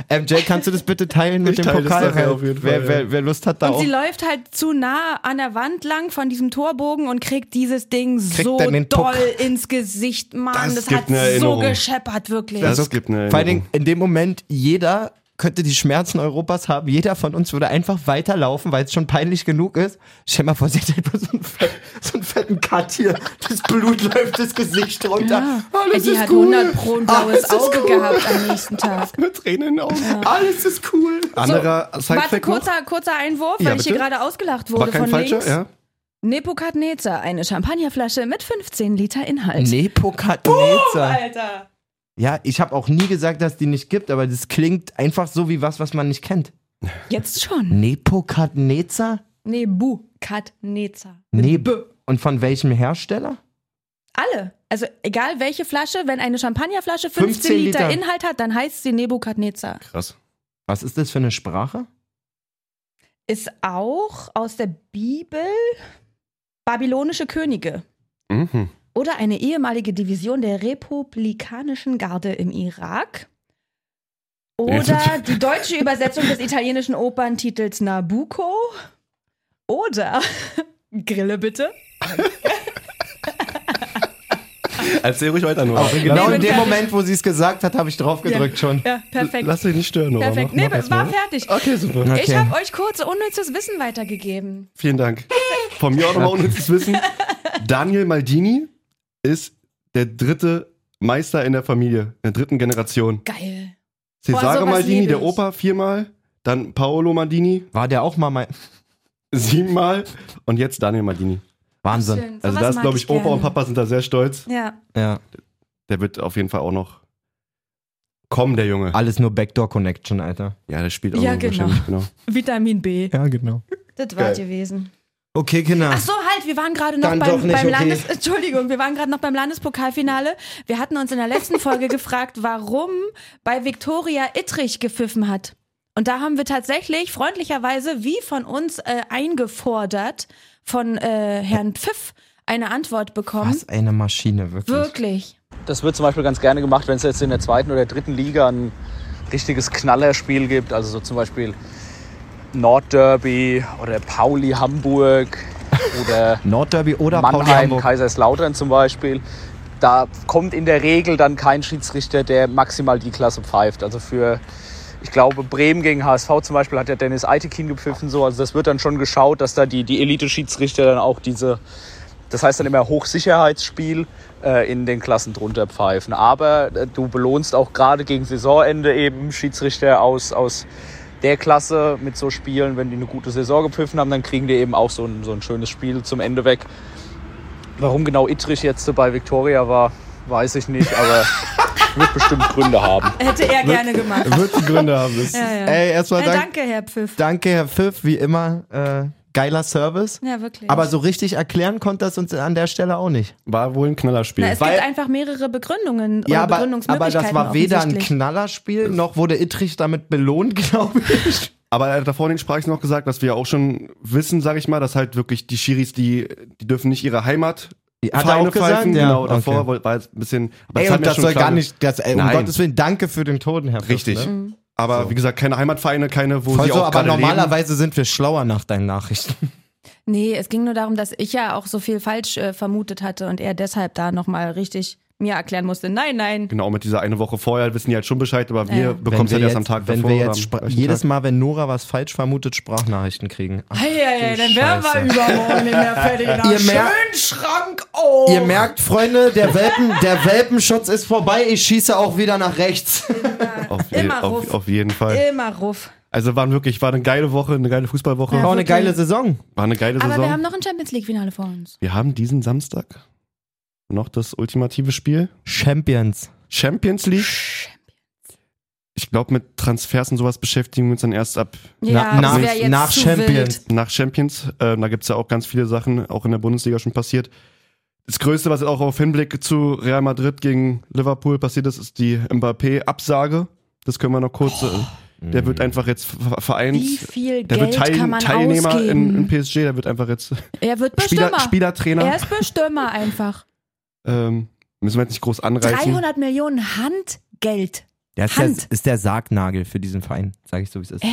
S2: MJ, kannst du das bitte teilen mit
S1: Ich
S2: dem
S1: teile das
S2: Pokal?
S1: nachher
S2: Weil
S1: auf jeden
S2: wer,
S1: Fall,
S2: wer,
S1: ja.
S2: wer Lust hat, da
S4: Und
S2: auch
S4: sie läuft halt zu nah an der Wand lang von diesem Torbogen und kriegt dieses Ding so
S2: dann den Puck.
S4: doll ins Gesicht. Mann,
S1: Das
S4: das,
S1: gibt
S4: hat
S1: eine
S4: so
S1: Erinnerung.
S4: gescheppert, wirklich.
S1: Das Also gibt eine
S2: Vor allen Dingen
S1: Erinnerung.
S2: in dem Moment, jeder könnte die Schmerzen Europas haben. Jeder von uns würde einfach weiterlaufen, weil es schon peinlich genug ist. Stell mal vor, sie hat einfach so einen, fe- so einen fetten Cut hier. Das Blut läuft das Gesicht runter.
S4: Ey,
S2: Alles
S4: die
S2: ist
S4: hat
S2: cool.
S4: 100 Pro ein blaues
S2: Alles ist
S4: Auge
S2: cool.
S4: gehabt am nächsten Tag.
S1: Mit Tränen in den Augen.
S2: Alles ist cool.
S1: Anderer
S4: Warte,
S1: Sidefact noch?
S4: kurzer, kurzer Einwurf,
S1: Ja,
S4: weil ich hier
S1: bitte.
S4: gerade ausgelacht
S1: War
S4: wurde
S1: kein
S4: von
S1: falscher,
S4: links.
S1: ja?
S4: Nepokadnezar, eine Champagnerflasche mit 15 Liter Inhalt.
S2: Nepokadnezar.
S4: Alter.
S2: Ja, ich habe auch nie gesagt, dass die nicht gibt, aber das klingt einfach so wie was, was man nicht kennt.
S4: Jetzt schon.
S2: Nepokadnezar?
S4: Nebukadnezar.
S2: Neb. Und von welchem Hersteller?
S4: Alle. Also egal welche Flasche, wenn eine Champagnerflasche 15,
S2: 15
S4: Liter,
S2: Liter.
S4: Inhalt hat, dann heißt sie Nebukadnezar.
S1: Krass.
S2: Was ist das für eine Sprache?
S4: Ist auch aus der Bibel babylonische Könige
S1: Mhm.
S4: oder eine ehemalige Division der republikanischen Garde im Irak. Oder die deutsche Übersetzung des italienischen Operntitels Nabucco. Oder Grille bitte.
S1: Erzähl ruhig weiter, Nora.
S2: Genau
S4: Nee,
S2: in
S4: bin
S2: dem
S4: fertig.
S2: Moment, wo sie es gesagt hat, habe ich drauf gedrückt schon.
S4: Ja, perfekt.
S1: Lass dich nicht stören, Nora.
S4: perfekt.
S1: Mach-
S4: Nee,
S1: mach erst
S4: war
S1: mal.
S4: fertig.
S1: Okay, super.
S4: Ich habe euch kurz unnützes Wissen weitergegeben.
S1: Vielen Dank. Von mir auch nochmal unnützes Wissen. Daniel Maldini ist der dritte Meister in der Familie, in der dritten Generation.
S4: Geil. Boah,
S1: Cesare
S4: sowas liebe
S1: Maldini,
S4: ich.
S1: der Opa, viermal. Dann Paolo Maldini,
S2: War der auch mal mein.
S1: siebenmal. Und jetzt Daniel Maldini.
S2: Wahnsinn.
S4: Schön.
S1: Also
S4: Sowas
S1: da ist,
S4: mag
S1: glaube ich, Opa
S4: gerne.
S1: und Papa sind da sehr stolz.
S4: Ja.
S2: Ja.
S1: Der wird auf jeden Fall auch noch kommen, der Junge.
S2: Alles nur Backdoor Connection, Alter.
S1: Ja, der spielt auch
S4: Ja,
S1: noch
S4: genau.
S1: wahrscheinlich, genau.
S4: Vitamin B.
S2: Ja, genau.
S4: Das war
S1: Geil.
S4: gewesen.
S2: Okay, Kinder.
S4: Ach so, halt, wir waren gerade noch
S2: Dann doch
S4: beim,
S2: nicht,
S4: beim
S2: okay.
S4: Landes Entschuldigung, wir waren gerade noch beim Landespokalfinale. Wir hatten uns in der letzten Folge gefragt, warum bei Viktoria Ittrich gepfiffen hat. Und da haben wir tatsächlich freundlicherweise, wie von uns äh, eingefordert, von äh, Herrn Pfiff eine Antwort bekommen.
S2: Was eine Maschine, wirklich.
S4: Wirklich.
S6: Das wird zum Beispiel ganz gerne gemacht, wenn es jetzt in der zweiten oder dritten Liga ein richtiges Knallerspiel gibt. Also so zum Beispiel Nordderby oder Pauli Hamburg oder
S2: Nordderby oder Pauli
S6: Mannheim,
S2: Hamburg.
S6: Kaiserslautern zum Beispiel. Da kommt in der Regel dann kein Schiedsrichter, der maximal die Klasse pfeift. Also für, ich glaube, Bremen gegen HSV zum Beispiel hat der Dennis Eitekin gepfiffen. So. Also das wird dann schon geschaut, dass da die, die Elite-Schiedsrichter dann auch diese, das heißt dann immer Hochsicherheitsspiel äh, in den Klassen drunter pfeifen. Aber äh, du belohnst auch gerade gegen Saisonende eben Schiedsrichter aus, aus der Klasse mit so Spielen, wenn die eine gute Saison gepfiffen haben, dann kriegen die eben auch so ein, so ein schönes Spiel zum Ende weg. Warum genau Ittrich jetzt bei Victoria war, weiß ich nicht, aber wird bestimmt Gründe haben.
S4: Hätte er gerne gemacht.
S1: Wird die Gründe haben. Das
S4: Ja, ja.
S2: Ey, erstmal
S4: Äh,
S2: dank,
S4: danke, Herr Pfiff.
S2: danke, Herr Pfiff, wie immer. Äh, geiler Service.
S4: Ja, wirklich.
S2: Aber so richtig erklären konnte das uns an der Stelle auch nicht.
S1: War wohl ein Knallerspiel.
S4: Na, es
S2: weil-
S4: gibt einfach mehrere Begründungen oder
S2: ja, aber, aber
S4: Begründungsmöglichkeiten
S2: das war weder ein
S4: offensichtlich.
S2: Knallerspiel, noch wurde Ittrich damit belohnt, glaube ich.
S1: Aber er hat da vorhin den Sprachs noch gesagt, was wir ja auch schon wissen, sage ich mal, dass halt wirklich die Schiris, die, die dürfen nicht ihre Heimat
S2: Hat er
S1: Vereine
S2: auch gesagt?
S1: pfeifen.
S2: Ja,
S1: Genau,
S2: okay.
S1: davor woll- war jetzt ein bisschen. Aber
S2: Ey,
S1: hat
S2: und
S1: mir
S2: das
S1: schon
S2: soll
S1: klar
S2: gar
S1: ge-
S2: nicht, das, ey, um
S1: Nein.
S2: Gottes Willen, danke für den Toten, Herr Pfiff.
S1: Richtig.
S2: Ne?
S1: Aber wie gesagt, keine Heimatvereine, keine, wo
S2: Voll
S1: sie
S2: so,
S1: auch
S2: Also, aber
S1: gerade leben.
S2: normalerweise sind wir schlauer nach deinen Nachrichten.
S4: Nee, es ging nur darum, dass ich ja auch so viel falsch äh, vermutet hatte und er deshalb da nochmal richtig mir erklären musste. Nein, nein.
S1: Genau, mit dieser eine Woche vorher wissen die halt schon Bescheid, aber wir
S4: Ja.
S1: bekommen es halt
S2: Wenn wir
S1: erst am
S2: jetzt-
S1: Tag
S2: wenn
S1: davor.
S2: wir
S1: oder
S2: jetzt
S1: am
S2: spra-
S1: gleichen
S2: jedes
S1: Tag.
S2: Mal, wenn Nora was falsch vermutet, Sprachnachrichten kriegen. Ach,
S4: Hey, hey, hey,
S2: du
S4: dann wären wir
S2: Scheiße.
S4: übermorgen in der fertigen
S2: Ihr merkt-
S4: Schrank. Oh.
S2: Ihr merkt, Freunde, der, Welpen, der Welpenschutz ist vorbei. Ich schieße auch wieder nach rechts.
S1: Auf, je,
S4: Immer
S1: auf,
S4: Ruf.
S1: auf jeden Fall.
S4: Immer ruff.
S1: Also waren wirklich, war eine geile Woche, eine geile Fußballwoche.
S4: Ja.
S2: War
S1: War
S2: eine
S4: wirklich.
S2: geile Saison.
S1: eine geile
S4: Aber
S1: Saison.
S4: wir haben noch ein Champions League-Finale vor uns.
S1: wir haben diesen Samstag noch das ultimative Spiel.
S2: Champions.
S1: Champions League. Ich glaube, mit Transfers und sowas beschäftigen wir uns dann erst ab
S2: Na-
S4: das
S2: nach-
S4: wär jetzt
S2: nach
S4: zu
S2: Champions.
S4: Wild.
S1: nach Champions. Ähm, da gibt es ja auch ganz viele Sachen, auch in der Bundesliga schon passiert. Das Größte, was jetzt auch auf Hinblick zu Real Madrid gegen Liverpool passiert ist, ist die Mbappé-Absage. Das können wir noch kurz. äh, Der wird einfach jetzt ver- vereint.
S4: Wie viel
S1: der
S4: Geld
S1: wird Teil,
S4: kann man
S1: Teilnehmer in,
S4: ausgeben?
S1: in PSG, der wird einfach jetzt
S4: Er wird
S1: Spieler,
S4: Bestürmer.
S1: Spielertrainer.
S4: er ist Bestürmer einfach.
S1: Ähm, müssen wir jetzt nicht groß anreißen.
S4: 300 Millionen Handgeld.
S2: Der ist, der,
S4: Hand.
S2: ist der Sargnagel für diesen Verein, sage ich so, wie es ist.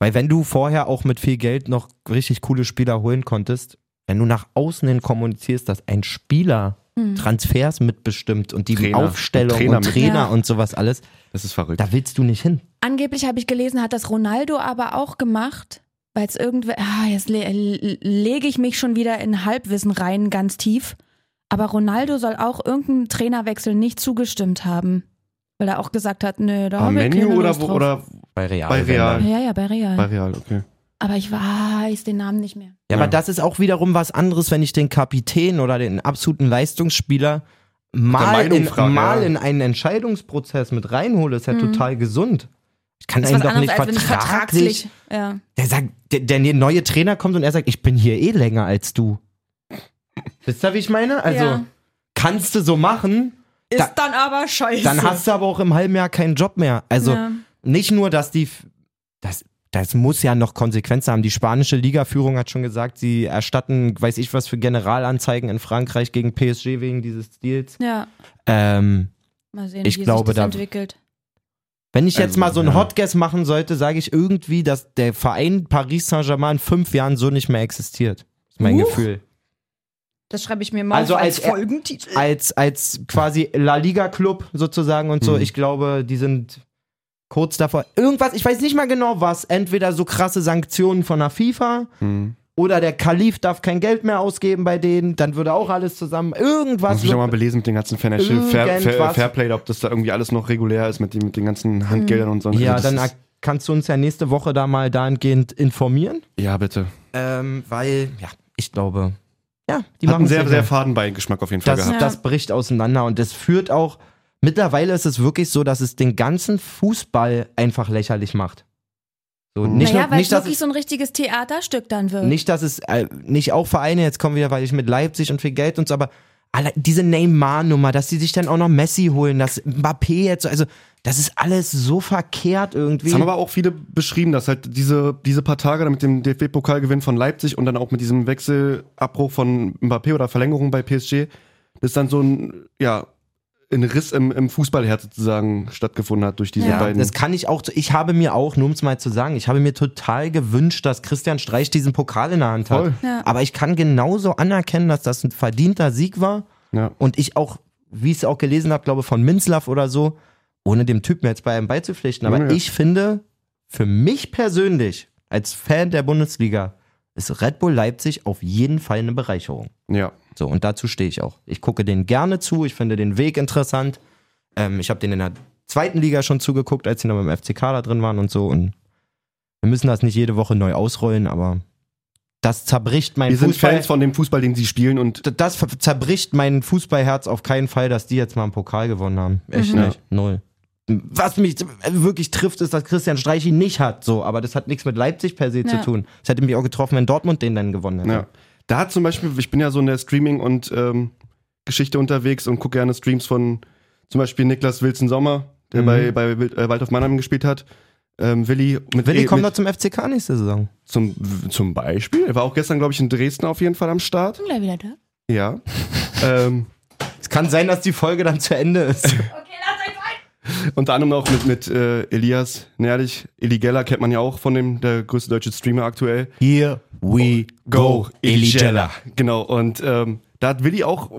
S2: Weil wenn du vorher auch mit viel Geld noch richtig coole Spieler holen konntest, wenn du nach außen hin kommunizierst, dass ein Spieler
S4: Hm.
S2: Mhm. Transfers mitbestimmt und die
S1: Trainer.
S2: Aufstellung
S1: Und Trainer
S2: und
S1: mit-
S2: Trainer
S4: Ja.
S2: und sowas alles,
S1: Das ist verrückt.
S2: da willst du nicht hin.
S4: Angeblich habe ich gelesen, hat das Ronaldo aber auch gemacht, weil es irgendwer. Ah, jetzt le le- lege ich mich schon wieder in Halbwissen rein, ganz tief. Aber Ronaldo soll auch irgendeinem Trainerwechsel nicht zugestimmt haben. Weil er auch gesagt hat, nö, da
S1: Am
S4: habe ich keine
S1: Menu
S4: Lust
S1: oder, wo-
S4: drauf.
S1: oder
S2: Bei Real.
S1: Bei
S2: wenn
S1: Real.
S2: dann.
S4: Ja, ja, bei Real.
S1: bei Real, okay.
S4: aber ich weiß den Namen nicht mehr.
S2: Ja,
S1: Ja.
S2: aber das ist auch wiederum was anderes, wenn ich den Kapitän oder den absoluten Leistungsspieler mal,
S1: Meinung
S2: in,
S1: frage,
S2: mal
S1: ja.
S2: in einen Entscheidungsprozess mit reinhole. Ist ja total gesund. Ich kann
S4: Mhm. Das
S2: einen
S4: ist was
S2: doch nicht
S4: anderes, als wenn ich
S2: vertraglich.
S4: vertraglich. Ja.
S2: Der sagt, der, der ne-, neue Trainer kommt und er sagt, ich bin hier eh länger als du. Wisst ihr, wie ich meine? Also,
S4: Ja.
S2: kannst du so machen,
S4: Ist
S2: Da-
S4: dann aber scheiße.
S2: dann hast du aber auch im halben Jahr keinen Job mehr. Also,
S4: Ja.
S2: nicht nur, dass die, f- das, das muss ja noch Konsequenzen haben. Die spanische Ligaführung hat schon gesagt, sie erstatten, weiß ich was, für Generalanzeigen in Frankreich gegen PSG wegen dieses Deals.
S4: ja.
S2: Ähm,
S4: Mal sehen,
S2: Ich
S4: wie
S2: glaube,
S4: sich das
S2: da-
S4: entwickelt.
S2: wenn ich jetzt
S1: Also,
S2: mal so einen
S1: ja.
S2: Hot Guess machen sollte, sage ich irgendwie, dass der Verein Paris Saint-Germain in fünf Jahren so nicht mehr existiert. Ist mein
S4: Huch.
S2: Gefühl.
S4: Das schreibe ich mir mal
S2: Also
S4: auf als,
S2: als er-
S4: Folgentitel.
S2: Als, als quasi La Liga-Club sozusagen und so,
S1: Mhm.
S2: ich glaube, die sind kurz davor. Irgendwas, ich weiß nicht mal genau was. Entweder so krasse Sanktionen von der FIFA
S1: Hm.
S2: Oder der Kalif darf kein Geld mehr ausgeben bei denen, dann würde auch alles zusammen. Irgendwas.
S1: Muss ich auch mal belesen mit den ganzen Financial Fair, Fair,
S2: Irgendwas. Hm.
S1: Fairplay, ob das da irgendwie alles noch regulär ist mit, den- mit den ganzen Handgeldern und so. Also
S2: ja,
S1: Das
S2: dann
S1: ist,
S2: kannst du uns ja nächste Woche da mal dahingehend informieren.
S1: ja, bitte.
S2: Ähm, weil, ja, ich glaube,
S1: Hat
S2: ja, die
S1: einen
S2: machen's
S1: sehr,
S2: nicht
S1: sehr
S2: mehr.
S1: Fadenbeingeschmack auf jeden Fall
S2: das,
S1: gehabt.
S2: das bricht auseinander und das führt auch. Mittlerweile ist es wirklich so, dass es den ganzen Fußball einfach lächerlich macht. So,
S1: Mhm.
S2: nicht,
S4: naja,
S2: nur,
S4: weil es
S2: nicht, dass
S4: wirklich
S2: es,
S4: so ein richtiges Theaterstück dann wird.
S2: nicht, dass es äh, nicht auch Vereine, jetzt kommen wieder, weil ich mit Leipzig und viel Geld und so, aber alle, diese Neymar-Nummer, dass die sich dann auch noch Messi holen, dass Mbappé jetzt, so- also das ist alles so verkehrt irgendwie.
S1: Das haben aber auch viele beschrieben, dass halt diese, diese paar Tage dann mit dem DFB-Pokalgewinn von Leipzig und dann auch mit diesem Wechselabbruch von Mbappé oder Verlängerung bei PSG, das dann so ein, ja, ein Riss im, im Fußballherz sozusagen stattgefunden hat durch diese
S4: Ja,
S1: beiden.
S2: das kann ich auch, ich habe mir auch, nur um es mal zu sagen, ich habe mir total gewünscht, dass Christian Streich diesen Pokal in der Hand hat.
S1: Voll.
S4: Ja.
S2: Aber ich kann genauso anerkennen, dass das ein verdienter Sieg war.
S1: ja.
S2: Und ich auch, wie ich es auch gelesen habe, glaube von Minzlaff oder so, ohne dem Typen jetzt bei einem beizupflichten. Aber
S1: Ja, ja.
S2: ich finde, für mich persönlich, als Fan der Bundesliga, ist Red Bull Leipzig auf jeden Fall eine Bereicherung.
S1: ja.
S2: So, und dazu stehe ich auch. Ich gucke denen gerne zu, ich finde den Weg interessant. Ähm, ich habe denen in der zweiten Liga schon zugeguckt, als sie noch beim FCK da drin waren und so. Und wir müssen das nicht jede Woche neu ausrollen, aber das zerbricht mein
S1: Wir sind
S2: Fußball
S1: Fans von dem Fußball, den sie spielen und
S2: d- das ver- zerbricht mein Fußballherz auf keinen Fall, dass die jetzt mal einen Pokal gewonnen haben. Echt
S1: Mhm.
S2: nicht. Null. Was mich t- wirklich trifft, ist, dass Christian Streich ihn nicht hat, so. Aber das hat nichts mit Leipzig per se zu
S4: Ja.
S2: tun. Das hätte mich auch getroffen, wenn Dortmund den dann gewonnen hätte.
S1: Ja. Da hat zum Beispiel, ich bin ja so in der Streaming- und ähm, Geschichte unterwegs und gucke gerne Streams von zum Beispiel Niklas Wilson Sommer, der
S2: Mhm.
S1: bei, bei Wild, äh, Waldhof Mannheim gespielt hat. Ähm, Willi mit
S2: Willi
S1: eh,
S2: kommt noch
S1: mit,
S2: zum FCK nächste Saison.
S1: zum, zum Beispiel. Er war auch gestern, glaube ich, in Dresden auf jeden Fall am Start.
S4: Bin gleich wieder da.
S1: Ja. ähm,
S2: Es kann sein, dass die Folge dann zu Ende ist.
S1: unter anderem auch mit, mit äh, Elias Nerlich. Eli Geller kennt man ja auch von dem, der größte deutsche Streamer aktuell.
S2: Here we
S1: Eligella. Genau, und ähm, da hat Willi auch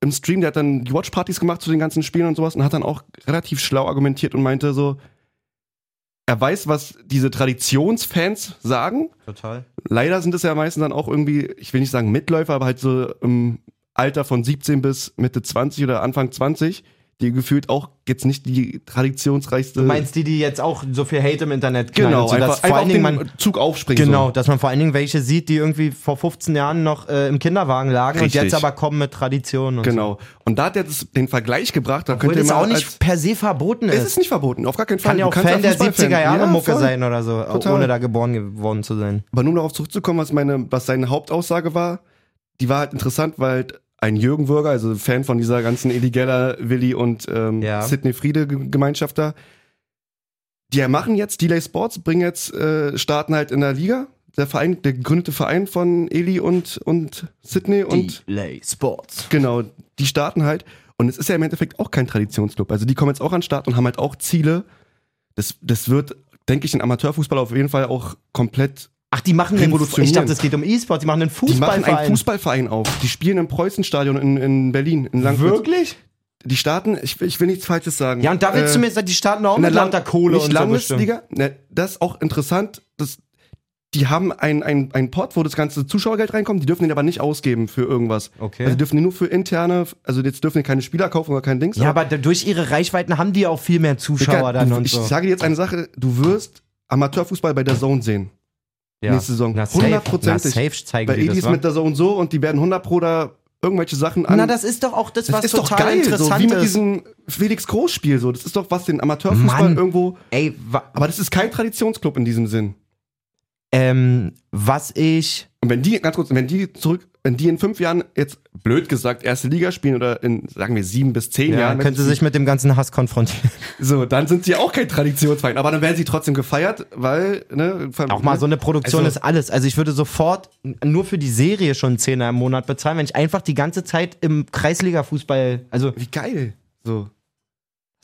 S1: im Stream, der hat dann die Watchpartys gemacht zu den ganzen Spielen und sowas und hat dann auch relativ schlau argumentiert und meinte so, er weiß, was diese Traditionsfans sagen.
S2: Total.
S1: Leider sind es ja meistens dann auch irgendwie, ich will nicht sagen Mitläufer, aber halt so im Alter von 17 bis Mitte 20 oder Anfang 20, die gefühlt auch jetzt nicht die traditionsreichste.
S2: Du meinst die, die jetzt auch so viel Hate im Internet knallen
S1: genau,
S2: und so,
S1: einfach,
S2: dass vor
S1: einfach
S2: allen
S1: auf
S2: Dingen
S1: den
S2: man
S1: Zug aufspringen.
S2: Genau,
S1: So.
S2: dass man vor allen Dingen welche sieht, die irgendwie vor 15 Jahren noch äh, im Kinderwagen lagen
S1: Richtig.
S2: und jetzt aber kommen mit Traditionen und so.
S1: Genau. Und da hat er das, den Vergleich gebracht, da
S2: Obwohl
S1: könnt ihr
S2: das
S1: mal
S2: auch
S1: als-
S2: nicht per se verboten
S1: Es
S2: ist.
S1: ist nicht verboten, auf gar keinen Fall.
S2: Kann ja
S1: Du
S2: auch
S1: kannst
S2: Fan der
S1: Fußballfan-
S2: 70er Jahre
S1: Ja,
S2: Mucke
S1: voll.
S2: sein oder so,
S1: Total.
S2: ohne da geboren geworden zu sein.
S1: Aber nur darauf zurückzukommen, was, meine, was seine Hauptaussage war, die war halt interessant, weil halt ein Jürgen Würger, also Fan von dieser ganzen Edi Geller, Willi und ähm,
S2: Ja.
S1: Sidney Friede G- Gemeinschaft da. Die machen jetzt, Delay Sports, bringen jetzt, äh, starten halt in der Liga. Der Verein, der gegründete Verein von Eli und, und Sidney und
S2: Delay Sports.
S1: Genau, die starten halt. Und es ist ja im Endeffekt auch kein Traditionsclub. Also die kommen jetzt auch an den Start und haben halt auch Ziele. Das, das wird, denke ich, den Amateurfußball auf jeden Fall auch komplett.
S2: Ach, die machen einen. Fu- Ich
S1: Revolutionieren.
S2: dachte, es geht um E-Sport. Die machen einen
S1: Die machen einen
S2: Fußballverein.
S1: Fußballverein auf. Die spielen im Preußenstadion in, in Berlin, in Langwitz.
S2: Wirklich?
S1: Die starten, ich, will- ich will nichts Falsches sagen.
S2: Ja, und da willst du mir sagen, die starten auch
S1: Äh, in der
S2: mit
S1: Land
S2: lauter Kohle
S1: nicht
S2: und so bestimmt.
S1: Landesliga. Ne, das ist auch interessant. Das, die haben ein, ein, ein Pot, wo das ganze Zuschauergeld reinkommt. Die dürfen den aber nicht ausgeben für irgendwas.
S2: Okay.
S1: Also die dürfen den nur für interne, also jetzt dürfen die keine Spieler kaufen oder kein Dings.
S2: Ja,
S1: aber-
S2: aber da- durch ihre Reichweiten haben die auch viel mehr Zuschauer
S1: Dicker,
S2: dann
S1: du,
S2: und
S1: ich
S2: so.
S1: sage dir jetzt eine Sache, du wirst Amateurfußball bei der Zone sehen.
S2: ja.
S1: nächste Saison.
S2: Na, safe.
S1: Hundertprozentig.
S2: Na, safe zeigen
S1: Bei
S2: die das,
S1: Edis
S2: wa?
S1: mit der Zone so und die werden 100 pro da irgendwelche Sachen an.
S2: Na, das ist doch auch das,
S1: Das
S2: was total interessant
S1: so wie mit
S2: ist.
S1: diesem Felix Groß Spiel so. Das ist doch was den Amateurfußball
S2: Mann.
S1: irgendwo,
S2: Ey, wa
S1: aber das ist kein Traditionsclub in diesem Sinn.
S2: ähm, was ich.
S1: Und wenn die ganz kurz, wenn die zurück, wenn die in fünf Jahren jetzt blöd gesagt erste Liga spielen oder in sagen wir sieben bis zehn
S2: Ja,
S1: Jahren,
S2: können sie sich mit dem ganzen Hass konfrontieren.
S1: so, dann sind sie auch kein Traditionsverein, aber dann werden sie trotzdem gefeiert, weil ne,
S2: Auch mal so eine Produktion
S1: Also-
S2: ist alles. Also ich würde sofort n- nur für die Serie schon einen Zehner im Monat bezahlen, wenn ich einfach die ganze Zeit im Kreisliga-Fußball, also
S1: wie geil, so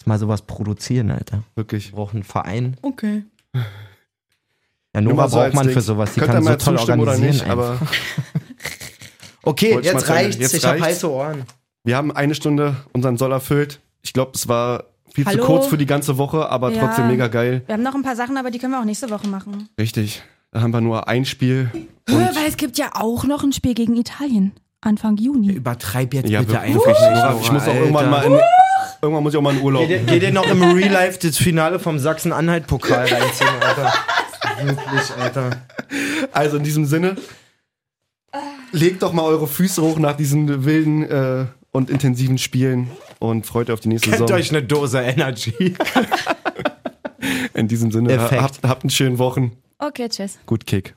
S2: mal sowas produzieren, Alter.
S1: wirklich.
S2: Wir brauchen einen Verein.
S4: Okay.
S2: Ja, Nova
S1: mal so
S2: braucht
S1: als
S2: man für
S1: Ding.
S2: sowas. Die
S1: Könnt
S2: kann
S1: ihr
S2: so
S1: mal
S2: toll
S1: zustimmen
S2: organisieren. einfach.
S1: aber
S2: okay,
S1: Wollte ich
S2: jetzt
S1: mal sagen,
S2: reicht's.
S1: jetzt
S2: ich habe
S1: reicht's.
S2: heiße Ohren.
S1: wir haben eine Stunde unseren Soll erfüllt. Ich glaube, es war viel
S4: Hallo?
S1: zu kurz für die ganze Woche, aber
S4: Ja.
S1: trotzdem mega geil.
S4: Wir haben noch ein paar Sachen, aber die können wir auch nächste Woche machen.
S1: Richtig. Da haben wir nur ein Spiel.
S4: Hör, weil es gibt ja auch noch ein Spiel gegen Italien. Anfang Juni.
S2: Übertreib jetzt
S1: Ja,
S2: bitte
S1: wirklich.
S2: einfach.
S1: Nora, ich muss auch irgendwann mal in, irgendwann muss ich auch mal in Urlaub.
S2: Geht, geht ihr noch im Real Life das Finale vom Sachsen-Anhalt-Pokal reinziehen, Alter? Wirklich, Alter.
S1: Also in diesem Sinne, legt doch mal eure Füße hoch nach diesen wilden äh, und intensiven Spielen und freut euch auf die nächste
S2: Gebt
S1: Saison.
S2: euch eine Dose Energy.
S1: In diesem Sinne,
S2: Effekt.
S1: habt, habt einen schönen Wochen.
S4: Okay, tschüss.
S1: Gut Kick.